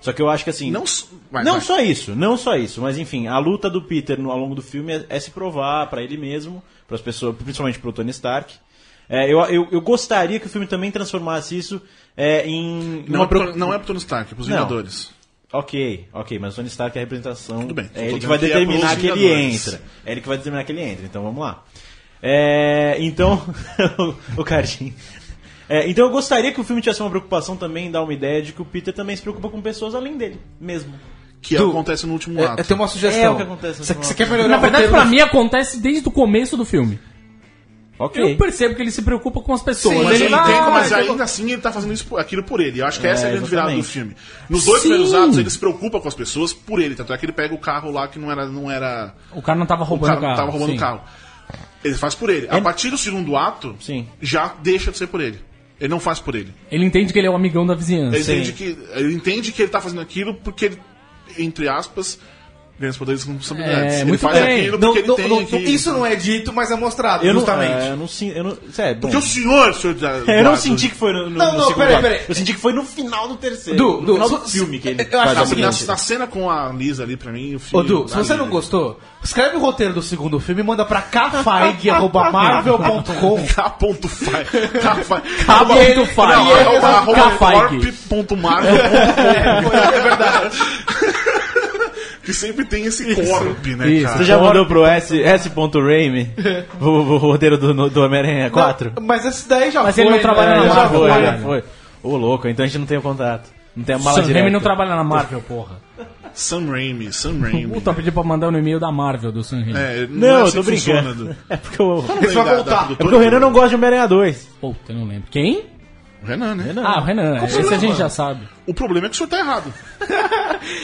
Só que eu acho que assim.
Não, s- vai,
não
vai.
só isso, não só isso, mas enfim, a luta do Peter no, ao longo do filme é, é se provar pra ele mesmo, para as pessoas, principalmente pro Tony Stark. É, eu, eu, eu gostaria que o filme também transformasse isso é, em
Não,
uma
é pro,
preocup-
não é pro Tony Stark, é pros
Não.
Vingadores.
Ok, ok, mas o Tony Stark é a representação.
Tudo bem, tô
é ele que
dizendo
vai
que é
determinar
pros
que ele
Vingadores.
entra. É ele que vai determinar que ele entra, então vamos lá. É, então, *laughs* o Cardinho. É, então eu gostaria que o filme tivesse uma preocupação também em dar uma ideia de que o Peter também se preocupa com pessoas além dele, mesmo.
Que
Du,
acontece no último
Eu,
ato.
eu tenho é, uma sugestão.
É o que acontece no
Você,
final.
você quer melhorar
Na
o
verdade,
roteiro
pra
do-
mim acontece desde o começo do filme.
Ok.
Eu percebo que ele se preocupa com as pessoas.
Sim,
Mas
ele "Ah,
eu
vai-
entendo, mas
eu
ainda
vou-
assim ele tá fazendo isso, por- aquilo por ele. Eu acho que essa é a
É,
grande virada do
exatamente.
filme. Nos dois
Sim.
primeiros atos ele se preocupa com as pessoas por ele. Tanto é que ele pega o carro lá que não era. Não era
O cara não tava
o
roubando
cara
o carro.
tava roubando
sim.
o carro. Ele faz por ele. A
É-
partir do segundo ato,
Sim.
já deixa de ser por ele. Ele não faz por ele.
Ele entende que ele é um amigão da vizinhança.
Ele entende, que, ele entende que ele tá fazendo aquilo porque ele, entre aspas, ganha os poderes com responsabilidades.
É,
ele
muito
faz
bem.
aquilo
Não,
porque
não,
ele tem
não,
aquilo.
Isso não é dito, mas é mostrado,
Eu não,
justamente.
é, eu não sinto. Eu não, isso é, bom.
Porque o senhor, senhor. da-
É, eu não
Eduardo,
senti que foi no, no,
Não,
no
não,
segundo
peraí,
ato.
peraí.
Eu senti que foi no final do terceiro.
Du,
no
Du,
final do
se-
filme que ele
eu acho
faz a
Na,
mudança.
na cena com a Lisa ali, pra mim, o filme.
Ô, Du, se
*laughs*
você não gostou, escreve o roteiro do segundo filme e manda
*laughs*
pra kfeig.marvel.com
K.Fai.
K.Fai. um
*laughs* É verdade. Que sempre tem esse corp, né,
Isso.
cara?
Você já mandou pro
*laughs*
S, S.Raimi o, o roteiro do, no- do Homem-Aranha 4?
Não, Mas esse daí já
Mas
foi.
ele não trabalha
né?
na
Já
já
Marvel,
foi,
foi.
né?
já foi. Ô, louco, então a gente não tem o contato. Não tem a mala
Sam Raimi
direta.
não trabalha na Marvel, porra.
Sam Raimi, Sam Raimi.
Puta, pediu pra mandar um e-mail da Marvel do Sam Raimi.
É,
Não,
é
eu
assim
tô
que funciona,
brincando.
Du.
É porque, o, é
Esse vai
Da- da
voltar.
produtora,
porque o Renan
né?
não gosta de Homem-Aranha 2.
Puta, eu não lembro. Quem?
O Renan, né?
Ah, o Renan. Esse a gente já sabe.
O problema é que o senhor tá errado.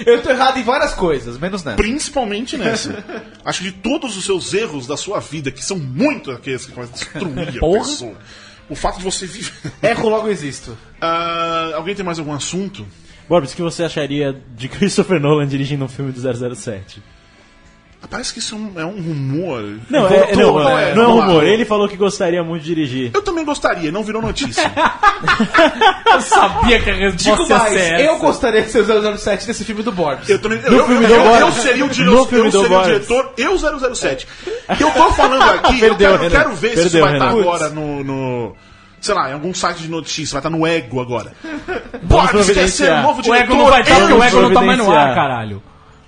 Eu tô errado em várias coisas, menos nessa.
Principalmente *laughs* nessa. Acho que de todos os seus erros da sua vida, que são muito aqueles que começam a destruir a
Porra.
pessoa. O fato de você viver.
Erro logo existo.
*laughs* Ah, alguém tem mais algum assunto?
Borbs, o que você acharia de Christopher Nolan dirigindo um filme do 007?
Parece que isso é um, é um rumor.
Não,
Voltou,
é, não,
qual
é, não é um
Vamos lá.
rumor. Ele falou que gostaria muito de dirigir.
Eu também gostaria, não virou notícia.
*laughs* Eu sabia que a
Digo
resposta ia
mais,
ser essa.
eu gostaria de ser o 007 desse filme do Borbs.
Eu também. eu,
filme
eu,
do
eu-
Boris.
eu seria o diretor.
No filme
eu
do
seria o
Boris.
diretor, eu
*laughs*
007. Eu tô falando aqui,
Perdeu,
eu quero, eu
Renan.
quero ver se isso
Perdeu,
vai estar
Renan.
agora no. no- Sei lá, em algum site de notícias, vai estar no Ego agora.
Vamos
Boris quer ser o
providenciar.
novo
O
diretor.
ego não vai ter,
eu
porque o ego não tá mais no ar,
providenciar.
caralho.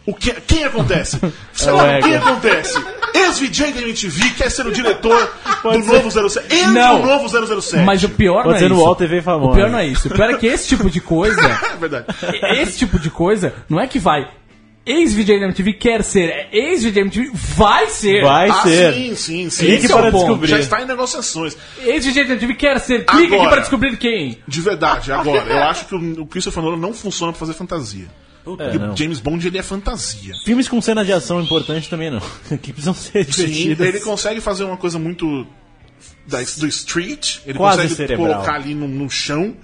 O que, é- quem
*laughs*
acontece? Sei
É o
lá,
ego.
quem acontece? Ex-VJ da MTV quer ser o
*laughs*
diretor do
ser.
novo 007. Ele
Não.
o novo 007. *laughs*
Mas o pior não é
Fazendo
isso.
UOL TV famosa.
O pior é não é isso. O pior é que esse tipo de coisa.
É verdade.
esse tipo de coisa não é que vai. ex-VJ da MTV quer ser ex-VJ da MTV, vai ser.
Vai
ah,
ser.
sim, sim, sim.
Clique
Esse é
para
o ponto.
descobrir.
Já está em negociações.
Ex-VJ da MTV quer ser. Clica aqui
Agora.
pra descobrir quem.
De verdade, agora, eu acho que o o Christopher Nolan não funciona pra fazer fantasia. Porque
É, não.
o James Bond, ele é fantasia.
Filmes com cenas de ação importante também não. *laughs* que precisam ser
Sim,
divertidas.
ele consegue fazer uma coisa muito da- do street, ele
Quase
consegue
cerebral.
colocar ali no, no chão,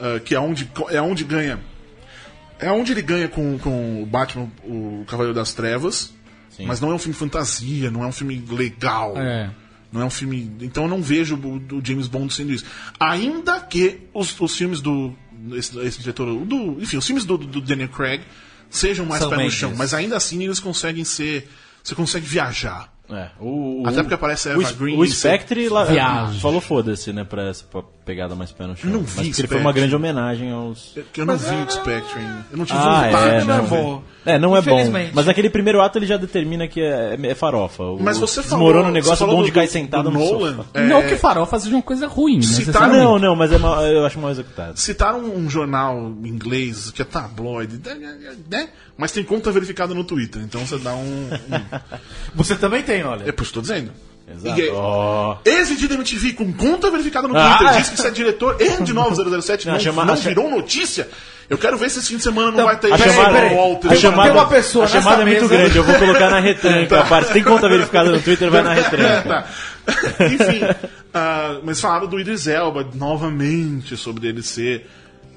ah, que é onde, é onde ganha. É onde ele ganha com, com o Batman, o Cavaleiro das Trevas. Mas não é um filme fantasia, não é um filme legal.
É.
Não é um filme. Então eu não vejo o, do James Bond sendo isso. Ainda que os, os filmes do. Esse, esse diretor. Do, enfim, os filmes do, do Daniel Craig sejam mais
São
pé no
médios.
chão. Mas ainda assim eles conseguem ser. Você consegue viajar.
É, o, o-
Até porque aparece a
o,
Eva Green.
o Spectre lá,
Viagem.
falou foda-se, né, pra essa pra pegada mais pé no chão.
Eu não vi
Mas ele
Spectre.
foi uma grande homenagem aos...
Eu, eu não vi
é.
o Spectre ainda. Eu não tive
Ah,
vontade.
é,
de
não,
ver.
bom.
é, não é bom.
Infelizmente.
Mas naquele primeiro ato ele já determina que é, é farofa. O-
Mas você falou.
Desmorou no
você
negócio,
falou
bom de
do-
cai
do
sentado no
Nolan.
sofá.
é,
Não que farofa seja uma coisa ruim,
Citar-
né?
Ah, não, não, mas é mal- eu acho mal executado.
Citaram um jornal inglês que é tabloide, né? Mas tem conta verificada no Twitter, então você dá um.
*laughs*
um-
Você também tem,
É
olha.
por isso que eu tô dizendo.
Exato.
E é aí,
Ó.
Esse dia da MTV com conta verificada no
Ah,
Twitter
é.
diz que você é diretor e
*laughs*
de novo 007 não,
Não,
não,
chama- a cha- Então,
virou notícia. Eu quero ver se esse fim de semana não vai ter
A
Jesse
chamada,
peraí.
Walter.
a
Tem-
chamada,
tem uma pessoa
a chamada é
nessa
muito
mesa.
grande, eu vou colocar
*laughs*
na retranca.
Tá.
a parte. Tem conta verificada no Twitter, vai na
É,
retranca.
*laughs* tá. Enfim, ah, mas falaram do Idris Elba novamente sobre ele ser.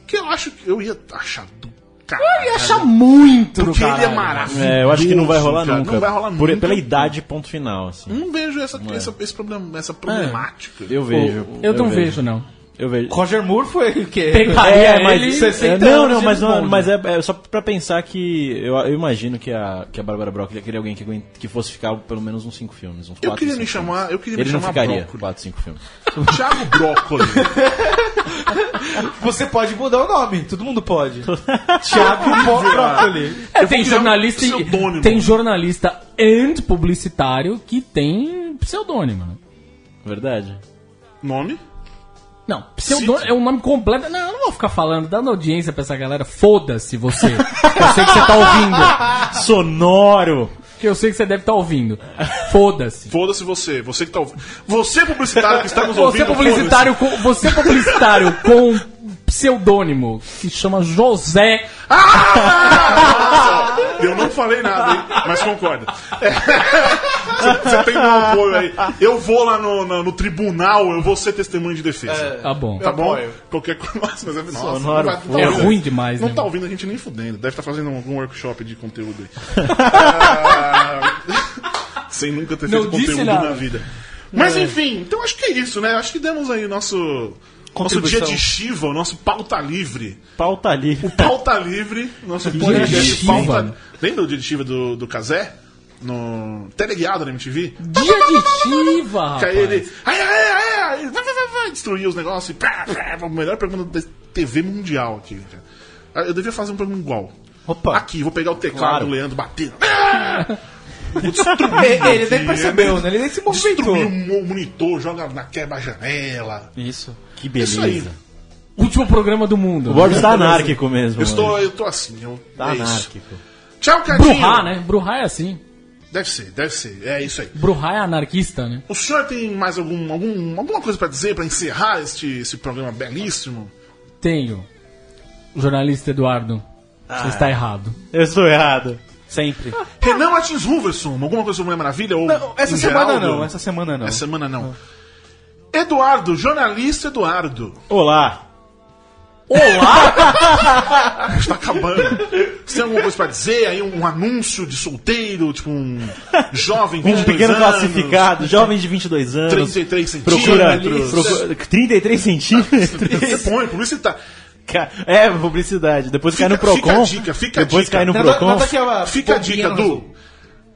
Que eu acho que eu ia achar do caralho.
Ele acha muito do
Porque ele é
caralho. né?
maravilhoso.
É, eu acho que não vai rolar
cara.
nunca.
Não vai rolar
Por-
nunca. Hum?
Pela idade, ponto final, assim.
Não vejo essa, essa- esse problema,
É.
essa problemática.
Eu vejo.
Eu não vejo, não.
Eu vejo.
Roger Moore foi o quê?
Pegaria
É,
ele...
mas,
60
é, não,
anos
não,
de
mas, não,
Bond.
mas é, é só pra pensar que eu, eu imagino que a, que a Bárbara Broccoli queria alguém que, aguente- que fosse ficar pelo menos uns 5 filmes. Uns
Eu
quatro,
queria
cinco
me
filmes.
chamar- eu queria me
Ele não
chamar
ficaria
Broccoli.
4, 5 filmes.
Thiago
*laughs*
Brócoli.
Você pode mudar o nome, todo mundo
*laughs*
pode. Thiago Pó- Brócoli.
É, tem jornalista,
um pseudônimo.
tem jornalista and publicitário que tem pseudônimo, né?
Verdade.
Nome?
Não, pseudônimo é um nome completo. Não, eu não vou ficar falando, dando audiência pra essa galera. Foda-se você. *laughs* Que eu sei que você tá ouvindo.
Sonoro!
Que eu sei que você deve estar ouvindo. Foda-se.
Foda-se você. Você que tá ouvindo. Você, publicitário que está nos
Você é
ouvindo.
publicitário, com, você é publicitário com um pseudônimo que chama José.
foda-se. Eu não falei nada, hein? Mas concorda. É. Você- *laughs* Você tem meu apoio aí. Eu vou lá no, no- no tribunal, eu vou ser testemunho de defesa.
Tá bom.
Tá bom?
apoio.
Qualquer coisa. Nossa, mas é, nossa, não
Sonoro
vai- não
É
ouvindo.
ruim demais,
Não
né?
tá ouvindo a gente nem fudendo. Deve estar fazendo algum workshop de conteúdo aí.
*laughs*
Ah, Sem nunca ter
Não
feito
disse
conteúdo
nada.
na vida. Mas enfim, então acho que é isso, né? Acho que demos aí nosso. Nosso dia
Contribuição.
de Shiva, o nosso pauta livre.
Pauta ali.
O pauta livre, nosso
Dia
podcast
de
pauta.
Shiva.
Lembra o dia de Shiva do, do Kazé? No teleguiado na MTV?
Dia de Shiva,
Que aí
rapaz.
ele. Ai, ai, ai, ai, vai, vai, vai, vai, destruir os negócios. e Pá, pá, a melhor pergunta da TV mundial aqui, cara. Ah, Eu devia fazer um programa igual.
Opa.
Aqui, vou pegar o teclado
Claro.
do Leandro, bater. Ah! Vou destruir
Ele, ele
aqui,
nem percebeu, né? Ele nem se movimentou.
Destruir o um mo- monitor, joga na quebra-janela.
Isso.
Que
É Isso aí.
beleza.
Último programa do mundo.
O Borbs tá anárquico mesmo.
Eu estou,
mano.
eu tô assim, eu.
Tá
é isso.
anárquico.
Tchau, Cadinho.
Bruhá, né? Bruhá é assim.
Deve ser, deve ser. É isso aí.
Bruhá é anarquista, né?
O senhor tem mais algum, algum, alguma coisa pra dizer, pra encerrar este, esse programa belíssimo?
Tenho. Jornalista Eduardo,
Ah.
você está errado.
Eu estou errado.
Sempre.
Renan Martins Ruverson, alguma coisa sobre Mulher Maravilha? Ou
Ah. Não, essa
em
semana
geral,
não,
do-
essa semana não.
Essa semana não. Eduardo, jornalista Eduardo. *laughs*
Olá.
Está acabando. Você tem alguma coisa pra dizer? Aí um anúncio de solteiro, tipo um jovem,
Um
22
pequeno
anos,
classificado, jovem de 22 anos.
33
Procura,
centímetros.
procura 33 centímetros.
Você põe, publicitar.
Ca- É, publicidade. Depois cai no
Fica-
Procon.
fica a dica, fica a
Depois
dica.
cai no
Nada-
Procon.
nada que ela-
Fica a
bombinha
dica,
não resolve.
Du.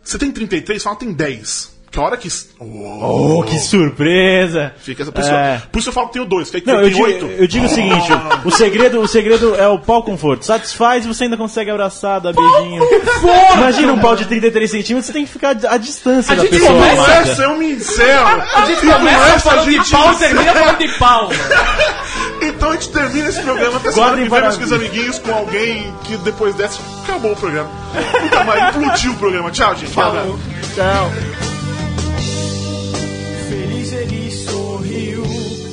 Você tem 33, fala tem 10. Que a hora que. Oh,
Oh, que surpresa!
Fica essa pessoa.
É.
Por isso eu falo que tenho dois, que aí
Não, eu
tem
digo,
oito.
eu digo o seguinte: o segredo, o segredo é o pau conforto. Satisfaz e você ainda consegue abraçar, dar beijinho. Imagina um pau de 33 centímetros, você tem que ficar à distância da
gente
pessoa.
começa-
amada.
Essa eu me encerro. *laughs*
A gente começa falando de pau, termina falando de pau.
E Então a gente termina esse programa até semana que
Guardem
vem,
para
meus queridos amiguinhos, com alguém que depois dessa acabou o programa. Nunca mais implodiu o programa. Tchau, gente. Falou.
Tchau.
Feliz ele sorriu.